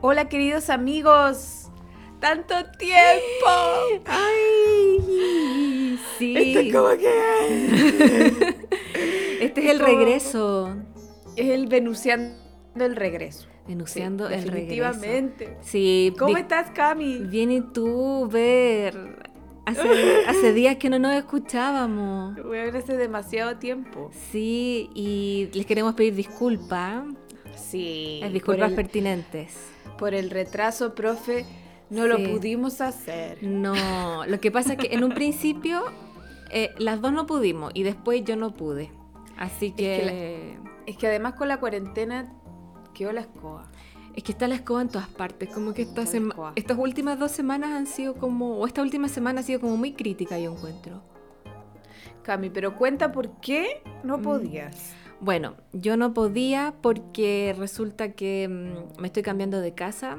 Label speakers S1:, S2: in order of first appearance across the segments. S1: Hola queridos amigos, tanto tiempo.
S2: Ay, sí.
S1: Esto Este es como que
S2: Este es el
S1: como-
S2: regreso.
S1: es el venuseando el regreso.
S2: Enunciando
S1: Sí,
S2: el regreso.
S1: definitivamente.
S2: Sí,
S1: ¿Cómo
S2: vi-
S1: estás, Cami?
S2: Bien y tú, ver. Hace, hace días que no nos escuchábamos.
S1: Bueno, hace demasiado tiempo.
S2: Sí, y les queremos pedir disculpas.
S1: Sí.
S2: Las
S1: por
S2: disculpas
S1: el-
S2: pertinentes.
S1: Eh, Por el retraso, profe, no lo
S2: Sí.
S1: pudimos hacer.
S2: No, lo que pasa es que en un principio eh, las dos no pudimos y después yo no pude. Así que.
S1: que la- Es que además con la cuarentena quedó la escoba.
S2: Es que está la escoba en todas partes, como que esta
S1: Está la
S2: sema-
S1: escoba.
S2: estas últimas dos semanas han sido como, o esta última semana ha sido como muy crítica, yo encuentro.
S1: Cami, pero cuenta por qué no
S2: Mm.
S1: podías.
S2: Bueno, yo no podía porque resulta que mm, me estoy cambiando de casa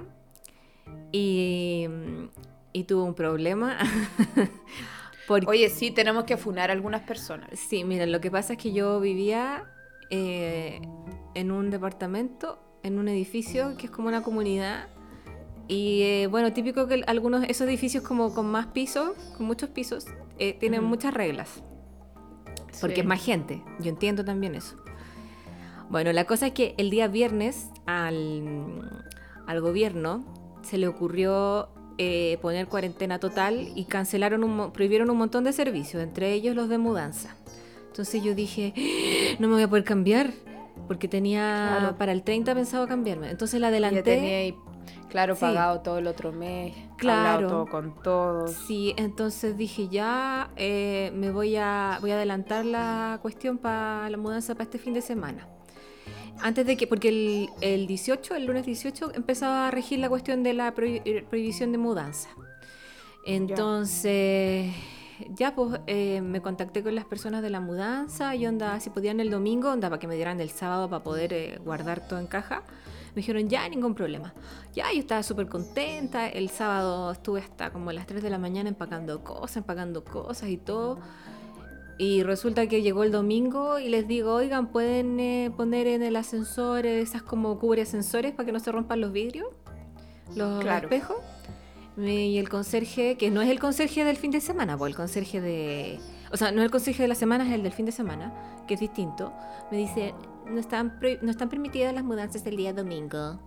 S2: y, mm, y tuve un problema. porque,
S1: Oye, sí, tenemos que afunar a algunas personas.
S2: sí, mira, lo que pasa es que yo vivía eh, en un departamento, en un edificio que es como una comunidad. Y eh, bueno, típico que algunos, esos edificios como con más pisos, con muchos pisos, eh, tienen
S1: Ujú.
S2: muchas reglas. porque
S1: Sí.
S2: es más gente. Yo entiendo también eso. Bueno, la cosa es que el día viernes al, al gobierno se le ocurrió eh, poner cuarentena total y cancelaron un, mo- prohibieron un montón de servicios, entre ellos los de mudanza. Entonces yo dije, "Ah, no me voy a poder cambiar, porque tenía
S1: Claro.
S2: para el 30 pensado cambiarme. Entonces la adelanté.
S1: Ya tenía ahí, claro,
S2: Sí.
S1: pagado todo el otro mes.
S2: Claro.
S1: Hablado todo con todos.
S2: Sí, entonces dije ya eh, me voy a voy a adelantar la cuestión para la mudanza para este fin de semana. Antes de que, porque el, el 18, el lunes 18, empezaba a regir la cuestión de la prohi- eh, prohibición de mudanza. Entonces, ya, pues eh, me contacté con las personas de la mudanza y onda, si podían el domingo, onda, para que me dieran el sábado para poder eh, guardar todo en caja. Me dijeron, ya, ningún problema. Ya, yo estaba súper contenta. El sábado estuve hasta como a las 3 de la mañana empacando cosas, empacando cosas y todo. Y resulta que llegó el domingo y les digo, oigan, ¿pueden eh, poner en el ascensor eh, esas como cubre ascensores para que no se rompan los vidrios? Los
S1: Claro.
S2: espejos. Me- Y el conserje, que no es el conserje del fin de semana, pues el conserje de... O sea, no es el conserje de la semana, es el del fin de semana, que es distinto. Me dice, no están, prohi- no están permitidas las mudanzas del día domingo.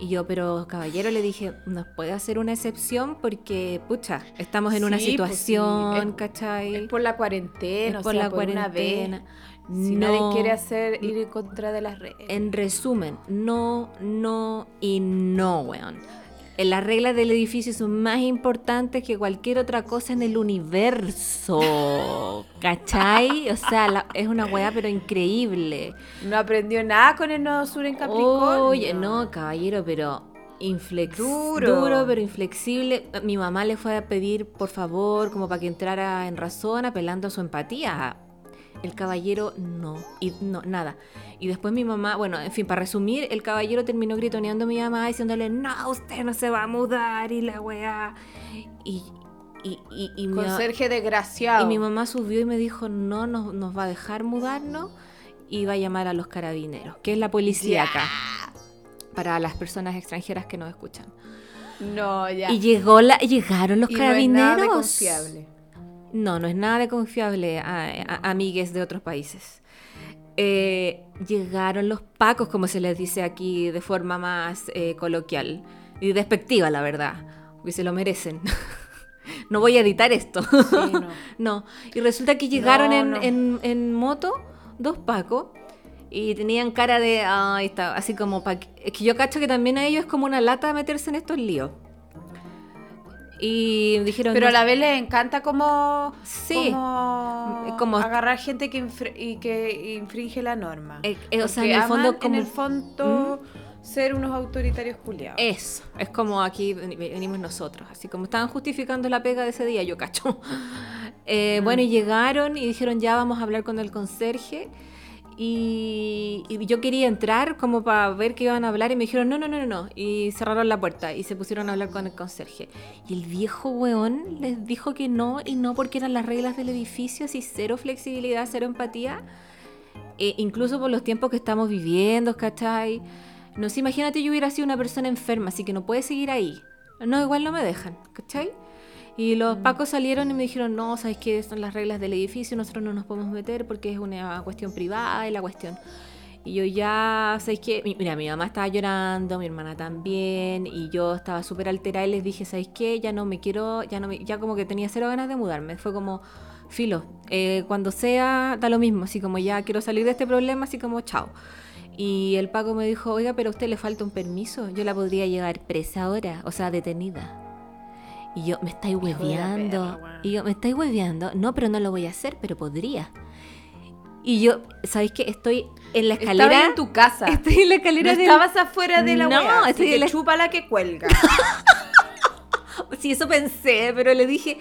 S2: Y yo, pero caballero, le dije, ¿nos puede hacer una excepción? Porque, pucha, estamos en una
S1: Sí, pues, sí,
S2: situación,
S1: es-
S2: ¿cachai?
S1: Es por la cuarentena,
S2: Es
S1: o sea, por una vez. Si
S2: no,
S1: nadie quiere hacer ir en contra de las redes.
S2: En resumen, no, no y no, weón. Eh, Las reglas del edificio son más importantes que cualquier otra cosa en el universo. ¿Cachai? O sea, la- es una weá, pero increíble.
S1: No aprendió nada con el nodo sur en Capricornio.
S2: Oye, no, caballero, pero inflexible.
S1: Duro.
S2: pero inflexible. Mi mamá le fue a pedir, por favor, como para que entrara en razón, apelando a su empatía. El caballero no, y no, nada. Y después mi mamá, bueno, en fin, para resumir, el caballero terminó gritoneando a mi mamá diciéndole, no, usted no se va a mudar y la weá. Y, y, y, y mi ma-
S1: Conserje desgraciado.
S2: y mi mamá subió y me dijo, no, nos, nos va a dejar mudarnos y va a llamar a los carabineros, que es la policía
S1: Ya.
S2: acá, para las personas extranjeras que nos escuchan.
S1: No, ya.
S2: Y llegó la, llegaron los
S1: Y no es
S2: carabineros.
S1: nada de confiable.
S2: No, no es nada de confiable, a- a- amigues de otros países. Eh, llegaron los pacos, como se les dice aquí de forma más eh, coloquial y despectiva, la verdad, porque se lo merecen. no voy a editar esto.
S1: Sí, no.
S2: No, y resulta que llegaron
S1: No,
S2: en,
S1: no.
S2: en- en moto dos pacos y tenían cara de, ay, está, así como, pa' que-". es que yo cacho que también a ellos es como una lata meterse en estos líos. Y dijeron,
S1: Pero a
S2: "No,
S1: la vez les encanta como,
S2: sí, Mm,
S1: como,
S2: Como-
S1: agarrar gente que, infr- y que infringe la norma.
S2: Eh, eh, o sea,
S1: Porque
S2: en el
S1: aman,
S2: fondo como... ¿Mm?
S1: en el fondo ser unos autoritarios culiados.
S2: Eso, es como aquí ven- venimos nosotros, así como estaban justificando la pega de ese día, yo cacho. Eh, Bueno, y llegaron y dijeron, ya vamos a hablar con el conserje. Y, y yo quería entrar como para ver qué iban a hablar y me dijeron, no, no, no, no, no. Y cerraron la puerta y se pusieron a hablar con el conserje. Y el viejo weón les dijo que no y no porque eran las reglas del edificio, así cero flexibilidad, cero empatía. E incluso por los tiempos que estamos viviendo, ¿cachai? No sé, imagínate yo hubiera sido una persona enferma, así que no puede seguir ahí. No, igual no me dejan, ¿cachai? Y los pacos salieron y me dijeron, no, ¿sabes qué? Son las reglas del edificio, nosotros no nos podemos meter porque es una cuestión privada y la cuestión. Y yo ya, ¿sabes qué? Mi- Mira, mi mamá estaba llorando, mi hermana también, y yo estaba súper alterada y les dije, ¿sabes qué? Ya no me quiero, ya no me, ya como que tenía cero ganas de mudarme. Fue como, filo, eh, cuando sea, da lo mismo, así como ya quiero salir de este problema, así como chao. Y el Paco me dijo, oiga, pero a usted le falta un permiso, yo la podría llevar presa ahora, o sea, detenida. Y yo, me
S1: de
S2: estáis
S1: la
S2: hueveando.
S1: perra, weón.
S2: Y yo, me estáis hueveando. No, pero no lo voy a hacer, pero podría. Y yo, ¿sabéis qué? Estoy en la
S1: Estabas
S2: escalera.
S1: en tu casa.
S2: Estoy en la escalera
S1: No
S2: del-
S1: estabas afuera de la
S2: No,
S1: wea, así
S2: estoy en
S1: que
S2: la-
S1: chupa la que cuelga.
S2: Sí, eso pensé, pero le dije,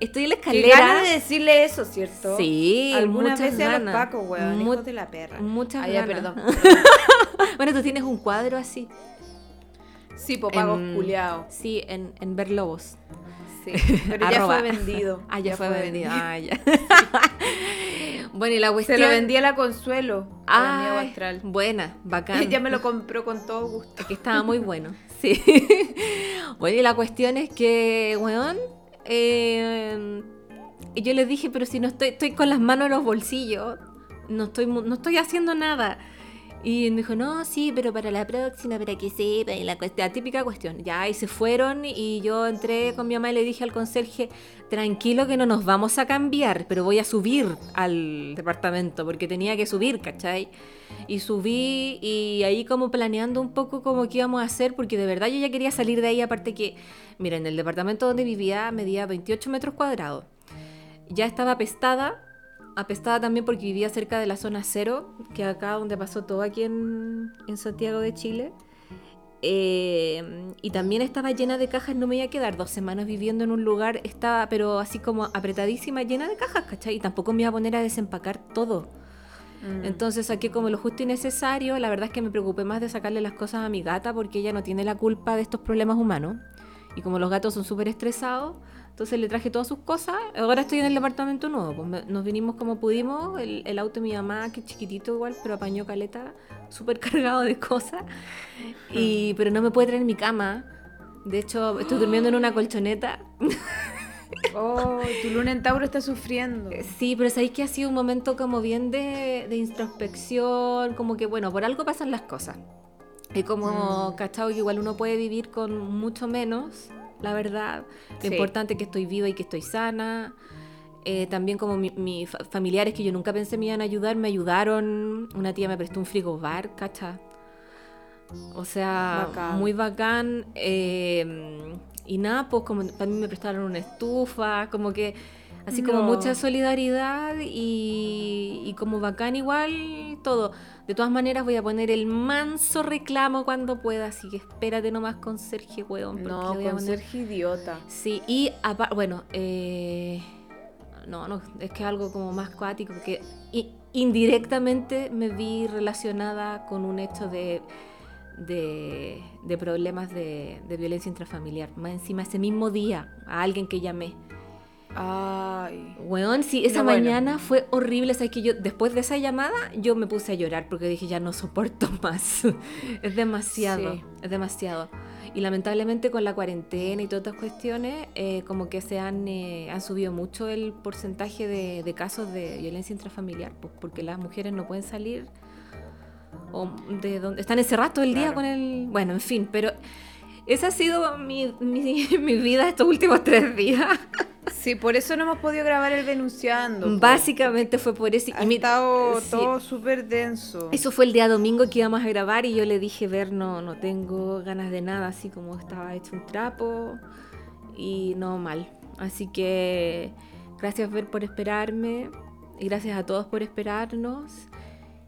S2: estoy en la
S1: Qué ganas de
S2: escalera.
S1: decirle eso, ¿cierto?
S2: Sí,
S1: Algunas
S2: muchas
S1: veces a los
S2: ganas.
S1: pacos, weón,
S2: Mu-
S1: hijos de la perra.
S2: Muchas
S1: Ah, ya,
S2: ganas.
S1: perdón.
S2: Bueno, tú tienes un cuadro así.
S1: Sí, popagos
S2: en-
S1: culiados.
S2: Sí, en, en Ver Lobos.
S1: Sí, pero ya
S2: Arroba.
S1: fue vendido.
S2: Ah, ya, fue, vendido. Ah, ya. bueno, y la
S1: Se
S2: cuestión...
S1: lo vendí a la Consuelo. a la amiga
S2: Ay,
S1: Astral.
S2: buena, bacán.
S1: Ella me lo compró con todo gusto.
S2: que estaba muy bueno. Sí. bueno, y la cuestión es que, weón, eh, yo les dije, pero si no estoy, estoy con las manos en los bolsillos, no estoy, mu- no estoy haciendo nada. Y me dijo, no, sí, pero para la próxima, para que sepa, y la, cuest- la típica cuestión. Ya, y se fueron y yo entré con mi mamá y le dije al conserje, tranquilo que no nos vamos a cambiar, pero voy a subir al departamento, porque tenía que subir, ¿cachai? Y subí y ahí como planeando un poco como qué íbamos a hacer, porque de verdad yo ya quería salir de ahí, aparte que, mira, en el departamento donde vivía medía 28 metros cuadrados. Ya estaba apestada, apestada también porque vivía cerca de la zona cero, que acá donde pasó todo aquí en, en Santiago de Chile. Eh, y también estaba llena de cajas, no me iba a quedar dos semanas viviendo en un lugar, estaba pero así como apretadísima, llena de cajas, ¿cachai? Y tampoco me iba a poner a desempacar todo. Mm.
S1: Mm.
S2: Entonces saqué como lo justo y necesario. La verdad es que me preocupé más de sacarle las cosas a mi gata porque ella no tiene la culpa de estos problemas humanos. Y como los gatos son súper estresados, entonces le traje todas sus cosas. Ahora estoy en el departamento nuevo. Pues me- nos vinimos como pudimos. El, el auto de mi mamá, que es chiquitito igual, pero apañó caleta, súper cargado de cosas. Y, pero no me puede traer mi cama. De hecho, estoy durmiendo en una colchoneta.
S1: Oh, tu luna en Tauro está sufriendo.
S2: Sí, pero sabéis que ha sido un momento como bien de, de introspección, como que bueno, por algo pasan las cosas. Y como,
S1: Mm.
S2: cachado, que igual uno puede vivir con mucho menos, la verdad. Lo
S1: Sí.
S2: importante es que estoy viva y que estoy sana. Eh, también como mi- mis fa- familiares que yo nunca pensé me iban a ayudar, me ayudaron. Una tía me prestó un frigobar, cacha. O sea,
S1: Bacán.
S2: muy bacán. eh, y nada, pues como también me prestaron una estufa, como que así como
S1: No.
S2: mucha solidaridad y, y como bacán igual todo. De todas maneras voy a poner el manso reclamo cuando pueda, así que espérate nomás con Sergio, weón. porque
S1: No,
S2: le voy a
S1: con
S2: poner-
S1: Sergio idiota.
S2: Sí, y apa- bueno, eh, no, no, es que algo como más cuático, porque i- indirectamente me vi relacionada con un hecho de, de, de problemas de, de violencia intrafamiliar. Más encima, ese mismo día, a alguien que llamé.
S1: Ay.
S2: Weón, sí, esa
S1: No, bueno.
S2: mañana fue horrible. Sabes que yo, después de esa llamada, yo me puse a llorar porque dije, ya no soporto más. es demasiado,
S1: Sí.
S2: es demasiado. Y lamentablemente con la cuarentena y todas estas cuestiones, eh, como que se han, eh, han subido mucho el porcentaje de, de casos de violencia intrafamiliar, pues porque las mujeres no pueden salir o de donde están encerradas todo el día
S1: Claro.
S2: con el... Bueno, en fin, pero esa ha sido mi, mi, mi vida estos últimos tres días.
S1: Sí, por eso no hemos podido grabar el denunciando. po.
S2: Básicamente fue por eso.
S1: Ha
S2: y mi-
S1: estado
S2: sí.
S1: todo súper denso.
S2: Eso fue el día domingo que íbamos a grabar y yo le dije, ver, no, no tengo ganas de nada, así como estaba hecho un trapo y no mal. Así que gracias, Ver, por esperarme y gracias a todos por esperarnos.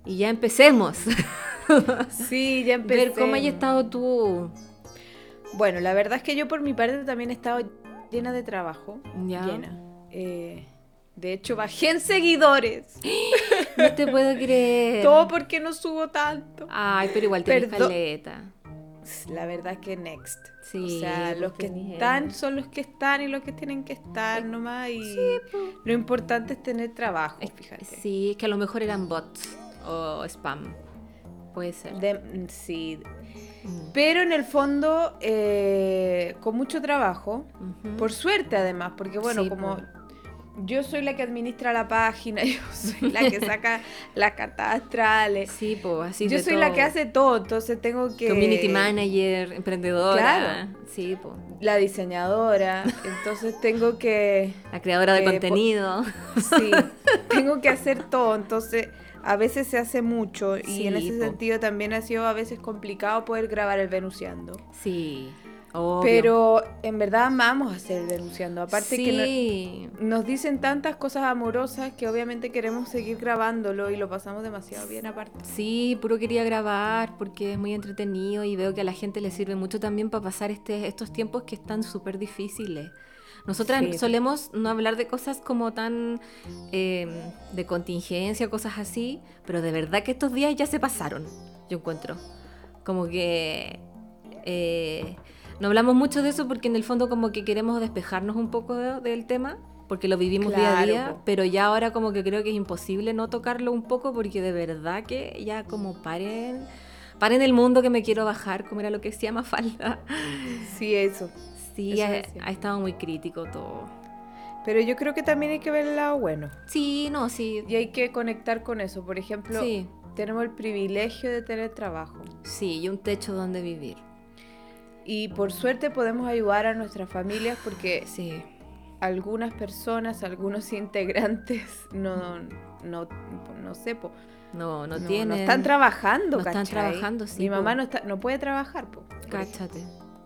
S2: Y ya empecemos.
S1: Sí, ya empecé.
S2: Ver cómo hayas estado tú.
S1: Bueno, la verdad es que yo por mi parte también he estado llena de trabajo.
S2: Ya.
S1: Llena. Eh, de hecho, bajé en seguidores.
S2: No te puedo creer.
S1: Todo porque no subo tanto.
S2: Ay, pero igual tenés
S1: Perdón.
S2: caleta.
S1: La verdad es que next.
S2: Sí,
S1: o sea, los que
S2: pues, tenés-
S1: están son los que están y los que tienen que estar nomás. Y lo importante es tener trabajo, fíjate.
S2: Sí, es que a lo mejor eran bots o spam. Puede ser.
S1: De- sí.
S2: Mm.
S1: Pero en el fondo, eh, con mucho trabajo,
S2: Ujú.
S1: por suerte además, porque bueno,
S2: Sí, pues.
S1: como
S2: po.
S1: yo soy la que administra la página, yo soy la que saca las cartas astrales,
S2: Sí, pues así
S1: yo
S2: de
S1: soy la
S2: todo.
S1: que hace todo, entonces tengo que...
S2: Community manager, emprendedora.
S1: Claro.
S2: Sí, pues.
S1: La diseñadora, entonces tengo que...
S2: La creadora de
S1: Eh, po-
S2: contenido.
S1: Sí, tengo que hacer todo, entonces a veces se hace mucho y en
S2: Sí,
S1: ese
S2: po.
S1: sentido también ha sido a veces complicado poder grabar el Venusiando.
S2: Sí. obvio.
S1: Pero en verdad amamos hacer el Venusiando, aparte que... no-
S2: sí.
S1: Nos dicen tantas cosas amorosas que obviamente queremos seguir grabándolo y lo pasamos demasiado bien aparte.
S2: Sí, puro quería grabar porque es muy entretenido y veo que a la gente le sirve mucho también para pasar este, estos tiempos que están súper difíciles. Nosotras
S1: Sí.
S2: solemos no hablar de cosas como tan eh, de contingencia, cosas así, pero de verdad que estos días ya se pasaron, yo encuentro. Como que eh, no hablamos mucho de eso porque en el fondo como que queremos despejarnos un poco de- del tema, porque lo vivimos día a
S1: Claro,
S2: día,
S1: po.
S2: pero ya ahora como que creo que es imposible no tocarlo un poco porque de verdad que ya como paren, paren el mundo que me quiero bajar, como era lo que decía Mafalda.
S1: Sí, eso.
S2: Sí,
S1: Eso
S2: ha,
S1: decía.
S2: ha estado muy crítico todo.
S1: Pero yo creo que también hay que ver el lado bueno.
S2: Sí, no, sí.
S1: Y hay que conectar con eso. Por ejemplo,
S2: Sí,
S1: tenemos el privilegio de tener trabajo.
S2: sí, y un techo donde vivir.
S1: Y por suerte podemos ayudar a nuestras familias porque
S2: Sí,
S1: algunas personas, algunos integrantes, no, no, no sé, po,
S2: no, no,
S1: no, no
S2: tienen.
S1: están trabajando,
S2: no están
S1: ¿cachai?
S2: trabajando, sí,
S1: Mi
S2: po.
S1: mamá no, está, no puede trabajar, po, por ejemplo.
S2: Cáchate.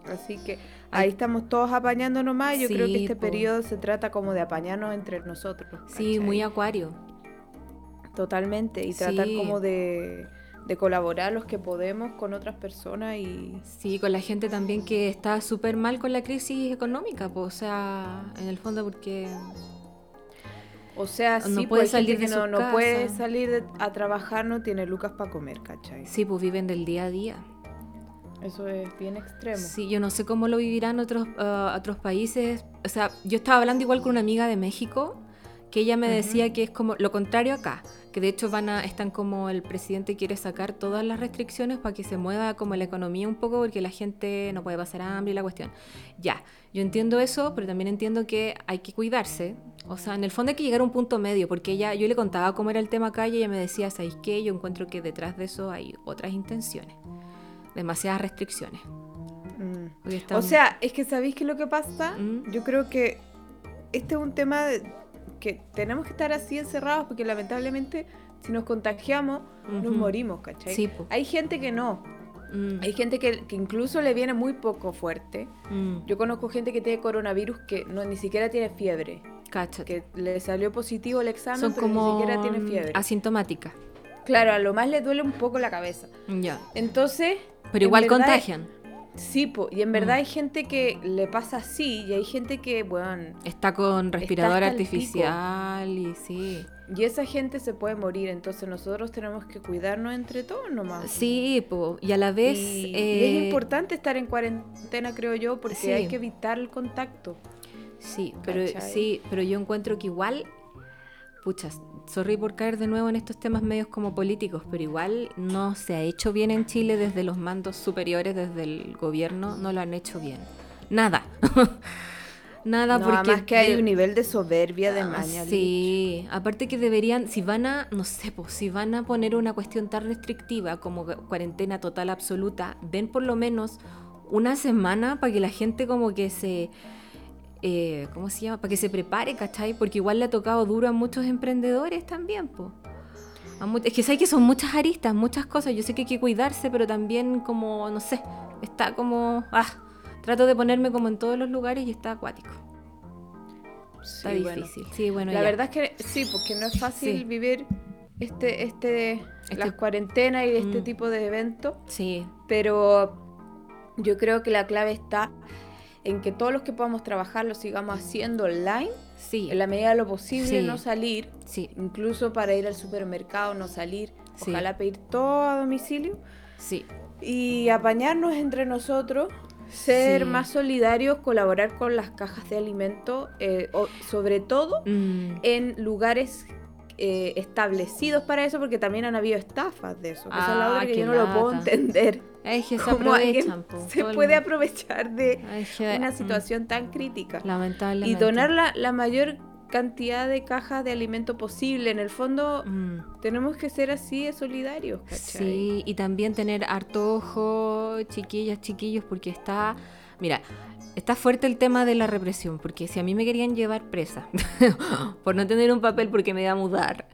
S1: Así que
S2: Ay.
S1: ahí estamos todos apañando nomás. Yo creo que
S2: Sí,
S1: este
S2: po.
S1: periodo se trata como de apañarnos entre nosotros.
S2: Sí,
S1: ¿cachai?
S2: muy acuario.
S1: Totalmente. Y tratar
S2: Sí.
S1: como de, de colaborar los que podemos con otras personas y...
S2: Sí, con la gente también que está súper mal con la crisis económica, po, o sea, en el fondo porque...
S1: O sea,
S2: No
S1: sí,
S2: puede
S1: pues, hay gente
S2: salir de
S1: que
S2: su
S1: no, no puede
S2: casa.
S1: salir de- a trabajar, no tiene lucas para comer, ¿cachai?
S2: Sí, pues viven del día a día.
S1: Eso es bien extremo.
S2: Sí, yo no sé cómo lo vivirán otros, ah, otros países. O sea, yo estaba hablando igual con una amiga de México, que ella me
S1: Ujú.
S2: decía que es como lo contrario acá, que de hecho van a, están como el presidente quiere sacar todas las restricciones para que se mueva como la economía un poco, porque la gente no puede pasar hambre y la cuestión. Ya, yo entiendo eso, pero también entiendo que hay que cuidarse. O sea, en el fondo hay que llegar a un punto medio, porque ella, yo le contaba cómo era el tema acá y ella me decía, ¿sabéis qué? Yo encuentro que detrás de eso hay otras intenciones, demasiadas restricciones.
S1: Mm.
S2: Hoy
S1: O
S2: estamos-
S1: sea, es que ¿sabéis qué es lo que pasa?
S2: Mm.
S1: Yo creo que este es un tema de- que tenemos que estar así encerrados porque lamentablemente si nos contagiamos nos
S2: Ujú.
S1: morimos, ¿cachai?
S2: Sí, po.
S1: Hay gente que no.
S2: Mm,
S1: Hay gente que, que incluso le viene muy poco fuerte.
S2: mm,
S1: Yo conozco gente que tiene coronavirus que no ni siquiera tiene fiebre.
S2: cáchate.
S1: Que le salió positivo el examen,
S2: Son
S1: pero
S2: como
S1: ni siquiera tiene fiebre.
S2: asintomáticas.
S1: Claro, a lo más le duele un poco la cabeza.
S2: Ya.
S1: Entonces. en
S2: Pero igual
S1: verdad,
S2: contagian.
S1: Sí, po, y en verdad
S2: Mm.
S1: hay gente que le pasa así y hay gente que, bueno,
S2: Está con respirador
S1: hasta el
S2: artificial y sí.
S1: Y esa gente se puede morir, entonces nosotros tenemos que cuidarnos entre todos nomás.
S2: Sí, po, y a la vez.
S1: Ah, y, y
S2: eh,
S1: es importante estar en cuarentena, creo yo, porque
S2: sí.
S1: hay que evitar el contacto.
S2: Sí, pero
S1: ¿Cachai?
S2: sí, pero yo encuentro que igual. Puchas, sorry por caer de nuevo en estos temas medios como políticos, pero igual no se ha hecho bien en Chile desde los mandos superiores, desde el gobierno, no lo han hecho bien. Nada. Nada
S1: No,
S2: porque.
S1: además que hay
S2: de-
S1: un nivel de soberbia, de
S2: Ah,
S1: maña.
S2: Sí, aparte que deberían, si van a, no sé, po, si van a poner una cuestión tan restrictiva como cu- cuarentena total absoluta, den por lo menos una semana para que la gente como que se, eh, ¿cómo se llama? Para que se prepare, ¿cachai? Porque igual le ha tocado duro a muchos emprendedores también, po. A mu- Es que sé que son muchas aristas, muchas cosas. Yo sé que hay que cuidarse, pero también como, no sé, está como, ah, trato de ponerme como en todos los lugares y está acuático.
S1: Sí,
S2: Está
S1: bueno.
S2: difícil. Sí, bueno,
S1: La
S2: ya.
S1: verdad es que sí, porque no es fácil
S2: Sí.
S1: vivir este, este,
S2: Este-
S1: las cuarentenas y este
S2: Mm.
S1: tipo de eventos,
S2: Sí,
S1: pero yo creo que la clave está en que todos los que podamos trabajar lo sigamos haciendo online,
S2: sí,
S1: en la medida de lo posible,
S2: Sí.
S1: no salir,
S2: sí,
S1: incluso para ir al supermercado, no salir,
S2: Sí.
S1: ojalá pedir todo a domicilio
S2: sí,
S1: y apañarnos entre nosotros, ser
S2: Sí.
S1: más solidarios, colaborar con las cajas de alimentos, eh, o- sobre todo
S2: mm,
S1: en lugares eh, establecidos para eso, porque también han habido estafas de eso. que esa es la
S2: Ah,
S1: otra que
S2: qué
S1: yo no lo puedo
S2: lata.
S1: entender.
S2: Es que se
S1: Cómo alguien
S2: aprovechan. po,
S1: se
S2: todo el
S1: puede
S2: mundo.
S1: aprovechar de
S2: Es que,
S1: una
S2: mm,
S1: situación tan crítica.
S2: Lamentablemente.
S1: Y donar la, la mayor cantidad de cajas de alimento posible. En el fondo,
S2: Mm,
S1: tenemos que ser así de solidarios, ¿cachai?
S2: Sí, y también tener harto ojo, chiquillas, chiquillos, porque está. Mira, está fuerte el tema de la represión, porque si a mí me querían llevar presa por no tener un papel porque me iba a mudar,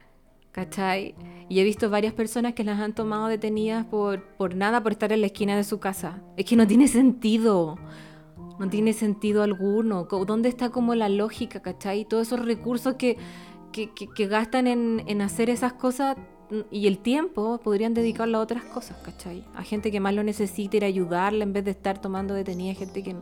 S2: ¿cachai? Y he visto varias personas que las han tomado detenidas por, por nada, por estar en la esquina de su casa. Es que no tiene sentido. No tiene sentido alguno. Co- ¿Dónde está como la lógica, cachai? Todos esos recursos que, que, que- que gastan en, en hacer esas cosas mm, y el tiempo podrían dedicarlo a otras cosas, ¿cachai? A gente que más lo necesita, ir a ayudarla en vez de estar tomando detenida gente que,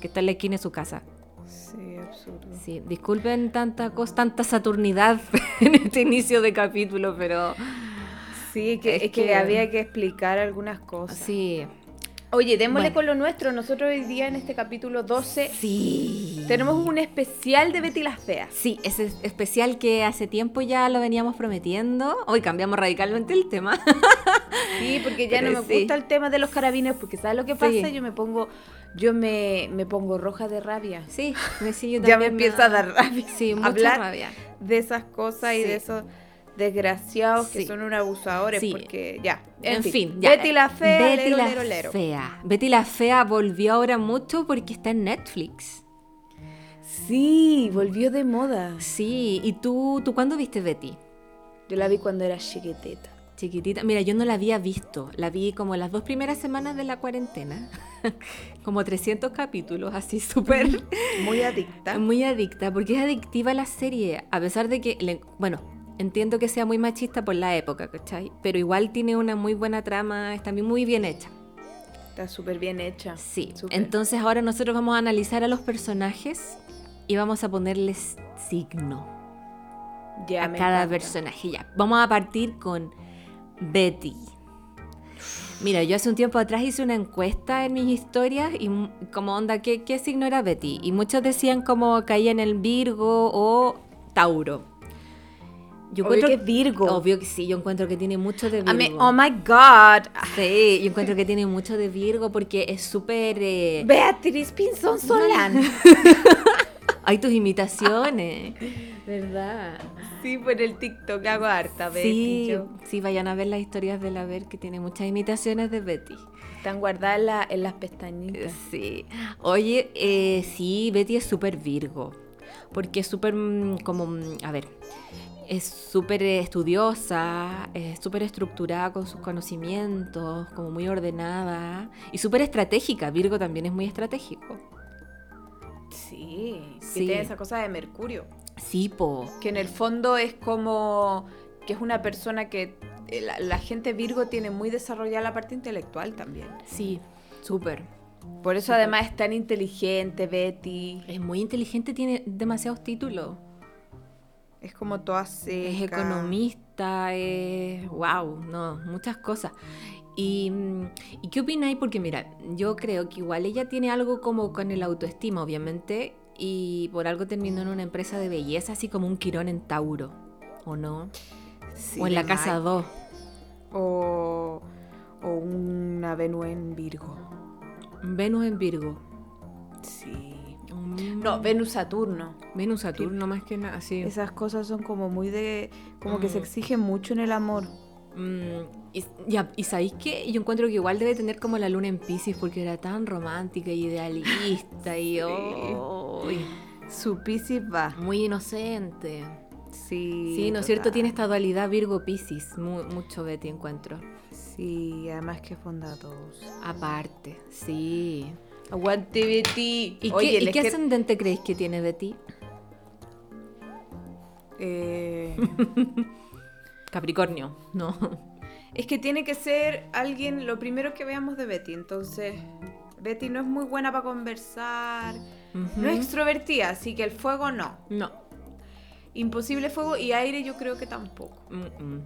S2: que está en la esquina de su casa.
S1: Sí, absurdo.
S2: Sí, disculpen tanta cosa, tanta saturnidad en este inicio de capítulo, pero
S1: Sí, que,
S2: Es
S1: es que,
S2: que-
S1: había que explicar algunas cosas.
S2: sí,
S1: Oye, démosle
S2: Bueno.
S1: con lo nuestro. Nosotros hoy día en este capítulo 12
S2: sí.
S1: tenemos un especial de Betty las Feas.
S2: Sí, ese es especial que hace tiempo ya lo veníamos prometiendo. Hoy cambiamos radicalmente el tema.
S1: Sí, porque ya
S2: Pero
S1: no me
S2: sí.
S1: gusta el tema de los carabineros, porque ¿sabes lo que pasa?
S2: Sí.
S1: Yo me pongo, yo me, me pongo roja de rabia.
S2: Sí, me sí, yo
S1: Ya me
S2: también
S1: empieza a dar rabia
S2: Sí, mucha
S1: hablar
S2: rabia.
S1: de esas cosas y
S2: Sí.
S1: de esos desgraciados
S2: Sí.
S1: que son unos abusadores,
S2: Sí.
S1: porque ya.
S2: En, fin, ya.
S1: Betty la Fea,
S2: Betty
S1: lero,
S2: la
S1: lero, lero.
S2: Fea. Betty la Fea volvió ahora mucho porque está en Netflix.
S1: Sí, volvió de moda.
S2: Sí, ¿y tú, tú cuándo viste Betty?
S1: Yo la vi cuando era chiquitita.
S2: Chiquitita. Mira, yo no la había visto. La vi como las dos primeras semanas de la cuarentena. como 300 capítulos, así súper.
S1: Muy adicta.
S2: Muy adicta, porque es adictiva la serie, a pesar de que, le- bueno, entiendo que sea muy machista por la época, ¿cachai? Pero igual tiene una muy buena trama, está muy- muy bien hecha.
S1: Está súper bien hecha.
S2: Sí,
S1: Súper.
S2: entonces ahora nosotros vamos a analizar a los personajes y vamos a ponerles signo
S1: Ya,
S2: a
S1: me
S2: cada
S1: encanta.
S2: personaje. Ya, vamos a partir con Betty. Mira, yo hace un tiempo atrás hice una encuesta en mis historias y m- como onda, ¿qué, qué signo era Betty? Y muchos decían como caía en el Virgo o Tauro. Yo
S1: Obvio
S2: encuentro-
S1: que es Virgo.
S2: Obvio que sí, yo encuentro que tiene mucho de Virgo.
S1: A mí- oh my god. Ah.
S2: Sí, yo encuentro que tiene mucho de Virgo porque es súper... eh,
S1: Beatriz Pinzón Solán.
S2: Hay tus imitaciones. ¿Verdad?
S1: Sí, por el TikTok hago harta, Betty.
S2: Sí,
S1: yo.
S2: sí, vayan a ver las historias de la Ver que tiene muchas imitaciones de Betty.
S1: Están guardadas en, la- en las
S2: Eh,
S1: pestañitas.
S2: Sí. Oye, eh, sí, Betty es súper Virgo. Porque es súper mm, como, mm, a ver, es súper eh, estudiosa, es súper estructurada con sus conocimientos, como muy ordenada y súper estratégica. Virgo también es muy estratégico.
S1: Sí. Y
S2: Sí.
S1: tiene esa cosa de Mercurio.
S2: Sí, po.
S1: Que en el fondo es como que es una persona que eh, la, la gente Virgo tiene muy desarrollada la parte intelectual también.
S2: Sí, súper.
S1: Por eso además es tan inteligente, Betty.
S2: Es muy inteligente, tiene demasiados títulos.
S1: Es como toda seca.
S2: es economista, es. ¡Wow! No, muchas cosas. ¿Y, mm, ¿y qué opináis? Porque mira, yo creo que igual ella tiene algo como con el autoestima, obviamente, y por algo terminó en una empresa de belleza, así como un quirón en Tauro, ¿o no?
S1: Sí,
S2: o en la
S1: de
S2: casa
S1: Mike.
S2: 2.
S1: O, o una Venus en Virgo.
S2: Venus en Virgo.
S1: Sí.
S2: Mm,
S1: No, Venus Saturno.
S2: Venus Saturno más que nada, sí.
S1: Esas cosas son como muy de. como que se
S2: Mm.
S1: exigen mucho en el amor.
S2: Mm, y, ya, y sabéis que yo encuentro que igual debe tener como la luna en Pisces porque era tan romántica y idealista y
S1: Sí.
S2: ¡ay!
S1: Su Pisces va.
S2: muy inocente.
S1: Sí.
S2: Sí, ¿no es cierto?
S1: total.
S2: Tiene esta dualidad Virgo Pisces, mu- mucho Betty encuentro.
S1: Sí, además que es bondadosa.
S2: Aparte, sí.
S1: Aguante Betty.
S2: ¿Y
S1: Oye,
S2: qué, y
S1: les
S2: qué
S1: que-
S2: ascendente creéis que tiene Betty?
S1: eh,
S2: Capricornio, no.
S1: Es que tiene que ser alguien, lo primero que veamos de Betty. Entonces, Betty no es muy buena para conversar. No es extrovertida, así que el fuego no.
S2: No.
S1: Imposible fuego y aire yo creo que tampoco.
S2: Mm-mm.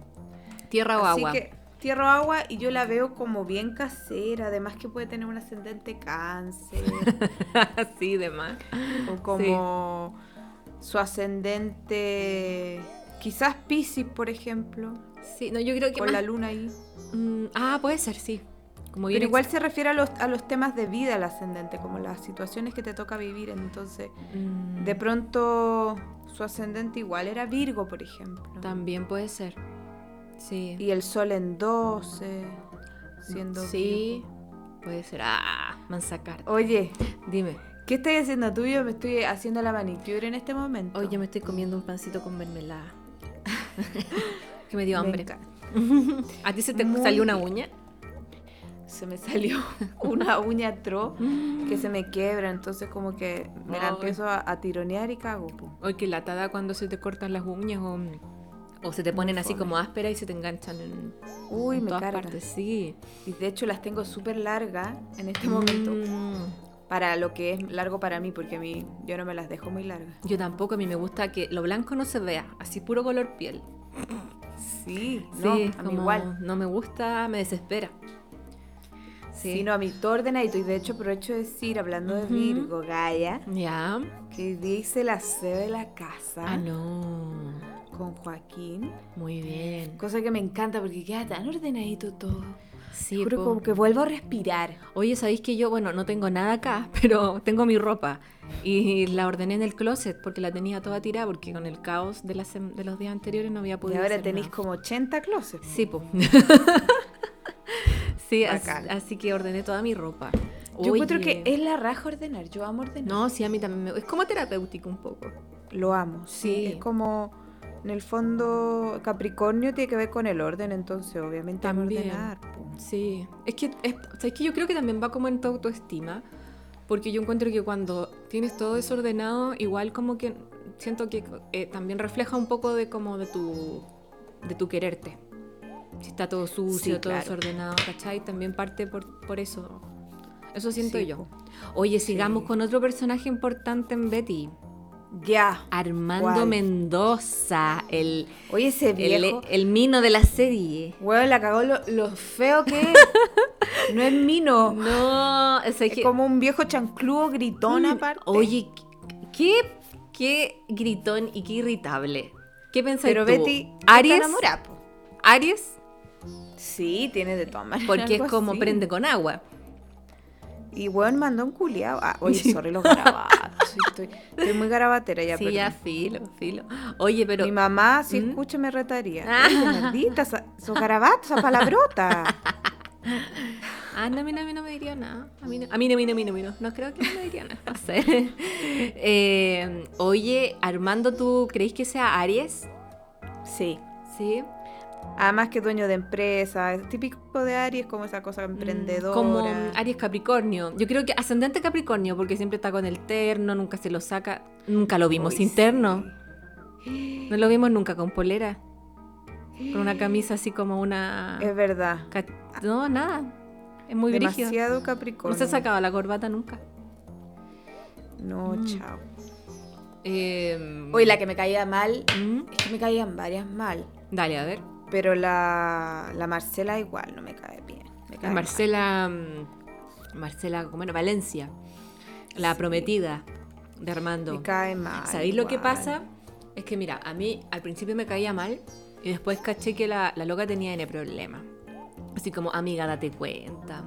S2: Tierra o
S1: Así
S2: agua.
S1: que tierra o agua y yo la veo como bien casera, además que puede tener un ascendente cáncer
S2: sí, de más.
S1: o como su ascendente quizás Pisces, por ejemplo,
S2: Sí, no, yo creo que
S1: con la
S2: más-
S1: luna ahí.
S2: Mm, ah, puede ser, sí. Como bien
S1: Pero igual se refiere a los, a los temas de vida el ascendente, como las situaciones que te toca vivir, entonces
S2: ex- Mm,
S1: de pronto su ascendente igual era Virgo, por ejemplo.
S2: también puede ser. Sí.
S1: Y el sol en 12, siendo
S2: Sí, puede ser. Ah, mansacar.
S1: Virgo. Oye,
S2: Dime.
S1: ¿Qué estoy haciendo tú? Yo me estoy haciendo la manicure en este momento.
S2: Hoy yo me estoy comiendo un pancito con mermelada. que me dio
S1: Me
S2: hambre.
S1: encanta.
S2: ¿A ti se te
S1: Muy
S2: salió una
S1: bien.
S2: uña?
S1: Se me salió una uña atroz que se me quiebra, entonces como que me la
S2: Mm. Ay.
S1: empiezo a, a tironear y cago. po.
S2: Oye, que latada cuando se te cortan las uñas o, o se te ponen así
S1: fome.
S2: como ásperas y se te enganchan en,
S1: Uy,
S2: en
S1: me
S2: todas
S1: carga.
S2: partes. Sí.
S1: Y de hecho las tengo súper largas en este momento,
S2: Mm,
S1: para lo que es largo para mí, porque a mí yo no me las dejo muy largas.
S2: yo tampoco, a mí me gusta que lo blanco no se vea, así puro color piel.
S1: Sí,
S2: Sí,
S1: no, a mí
S2: como
S1: igual.
S2: no me gusta, me desespera.
S1: Sí. no, a mí todo ordenadito. Y de hecho aprovecho de decir, hablando de
S2: Ujú.
S1: Virgo, Gaia,
S2: Ya.
S1: que dice la sede de la casa
S2: Ah, no.
S1: con Joaquín.
S2: Muy bien.
S1: Cosa que me encanta porque queda tan ordenadito todo.
S2: Sí,
S1: Juro
S2: po.
S1: como que vuelvo a respirar.
S2: Oye, ¿sabéis que yo, bueno, no tengo nada acá, pero tengo mi ropa? Y la ordené en el closet porque la tenía toda tirada porque con el caos de, las sem- de los días anteriores no había
S1: Y
S2: podido
S1: ahora
S2: hacer
S1: tenéis
S2: nada.
S1: como 80 closets.
S2: Sí, po. sí, as-
S1: Bacán.
S2: así, que ordené toda mi ropa.
S1: Yo encuentro que
S2: Oye.
S1: es la raja ordenar. Yo amo ordenar.
S2: No, sí, a mí también me... Es como terapéutico un poco.
S1: Lo amo. Sí.
S2: Sí.
S1: Es como, en el fondo, Capricornio tiene que ver con el orden, entonces obviamente amo
S2: También.
S1: ordenar. po.
S2: Sí, es que, es, ¿sabes qué? yo creo que también va como en tu autoestima, porque yo encuentro que cuando tienes todo desordenado, igual como que siento que eh, también refleja un poco de como de tu, de tu quererte. Si está todo sucio, todo
S1: claro.
S2: desordenado, ¿cachai? También parte por, por eso. Eso siento
S1: Sí,
S2: yo.
S1: po.
S2: Oye, sigamos
S1: Sí.
S2: con otro personaje importante en Betty.
S1: Ya.
S2: Armando
S1: ¿Cuál?
S2: Mendoza, el,
S1: Oye, ese
S2: el, e-
S1: viejo.
S2: el mino de la serie.
S1: Huevo, la cagó lo, lo feo que es. no es mino.
S2: No, o sea,
S1: Es
S2: que-
S1: como un viejo chancludo gritón
S2: Mm,
S1: aparte.
S2: Oye, qué, qué gritón y qué irritable. ¿Qué pensáis
S1: pero
S2: tú?
S1: Betty
S2: Aries,
S1: está enamorada, po.
S2: Aries,
S1: Sí, tiene de todas maneras.
S2: porque es
S1: algo
S2: como
S1: así.
S2: prende con agua.
S1: Y weón mandó un culiao. Ah, oye, sorry los garabatos. sí, estoy, estoy muy garabatera ya,
S2: sí,
S1: perdón.
S2: ya filo, filo. Oye, pero
S1: Mi mamá, si
S2: ¿Mm?
S1: escucha, me retaría.
S2: Ah.
S1: Oye, maldita, esa- esos garabatos, esa palabrota.
S2: ah, no, a mí no, a mí no me diría nada. A mí no, a mí no, a mí no, a mí no, a mí no. No creo que no me diría nada. No sé. Eh, oye, Armando, ¿tú crees que sea Aries?
S1: Sí.
S2: Sí.
S1: Además que dueño de empresa, es típico de Aries, como esa cosa emprendedora.
S2: Como Mm, Aries Capricornio. Yo creo que ascendente Capricornio, porque siempre está con el terno, nunca se lo saca. Nunca lo vimos
S1: Uy,
S2: sin
S1: sí.
S2: terno. No lo vimos nunca con polera. Con una camisa así como una.
S1: Es verdad.
S2: ca- No, nada. Es muy brígido.
S1: Demasiado
S2: No
S1: Capricornio.
S2: se ha sacado la corbata nunca.
S1: No,
S2: Mm.
S1: chao.
S2: Eh,
S1: Oye, la que me caía mal,
S2: ¿Mm?
S1: es que me caían varias mal.
S2: Dale, a ver.
S1: Pero la, la Marcela igual no me cae bien. Me cae
S2: La Marcela. mm, Marcela, ¿cómo era? Valencia. La
S1: Sí.
S2: prometida de
S1: mal.
S2: Armando.
S1: Me cae mal.
S2: ¿Sabéis lo que
S1: igual.
S2: pasa? Es que mira, a mí al principio me caía mal y después caché que la, la loca tenía N problema. Así como, amiga, date cuenta.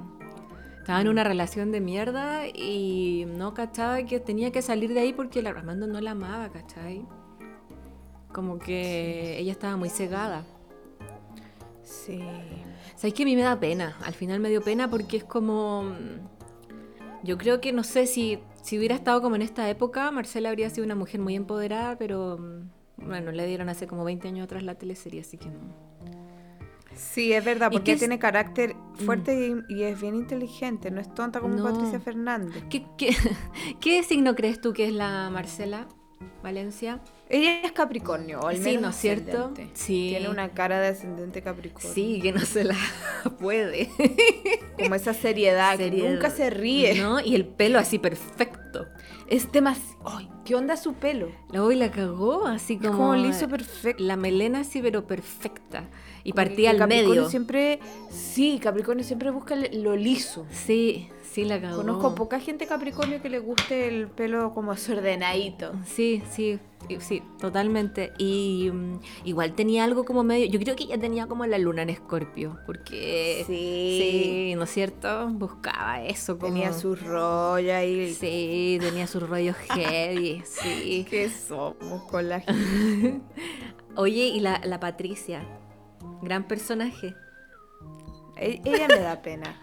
S2: Estaba en una relación de mierda y no cachaba que tenía que salir de ahí porque la Armando no la amaba, ¿cachai? Como que ella estaba muy cegada.
S1: Sí.
S2: ¿Sabes que a mí me da pena? Al final me dio pena porque es como... mm, Yo creo que, no sé, si, si hubiera estado como en esta época, Marcela habría sido una mujer muy empoderada, pero... mm, Bueno, le dieron hace como 20 años atrás la teleserie, así que no.
S1: Sí, es verdad,
S2: ¿Y qué
S1: porque
S2: es- Mm.
S1: tiene carácter fuerte y, y es bien inteligente, no es tonta como
S2: No.
S1: Patricia Fernández.
S2: ¿Qué, qué, qué signo crees tú que es la Marcela? Valencia.
S1: Ella es Capricornio, o al
S2: Sí,
S1: menos
S2: ¿no es cierto?
S1: ascendente.
S2: Sí.
S1: Tiene una cara de ascendente Capricornio.
S2: Sí, que no se la puede.
S1: Como esa seriedad,
S2: Seriedad.
S1: que nunca se ríe.
S2: ¿No? Y el pelo así perfecto.
S1: Es demasiado. Ay, ¿qué onda su pelo?
S2: La hoy la cagó, así
S1: Es
S2: como.
S1: como liso perfecto.
S2: La melena así, pero perfecta. Y
S1: Como
S2: partía
S1: que
S2: al
S1: Capricornio
S2: medio.
S1: siempre, sí, Capricornio siempre busca el- lo liso.
S2: Sí, sí la cagó.
S1: Conozco poca gente Capricornio que le guste el pelo como desordenadito.
S2: Sí, sí, y- sí, totalmente. Y mm, igual tenía algo como medio. Yo creo que ella tenía como la luna en escorpio, porque.
S1: Sí.
S2: sí, ¿no es cierto? Buscaba eso. Como,
S1: Tenía su rollo ahí.
S2: Sí, tenía sus rollos heavy, sí.
S1: ¿Qué somos con la gente?
S2: Oye, y la, la Patricia, gran personaje.
S1: E- Ella me da pena.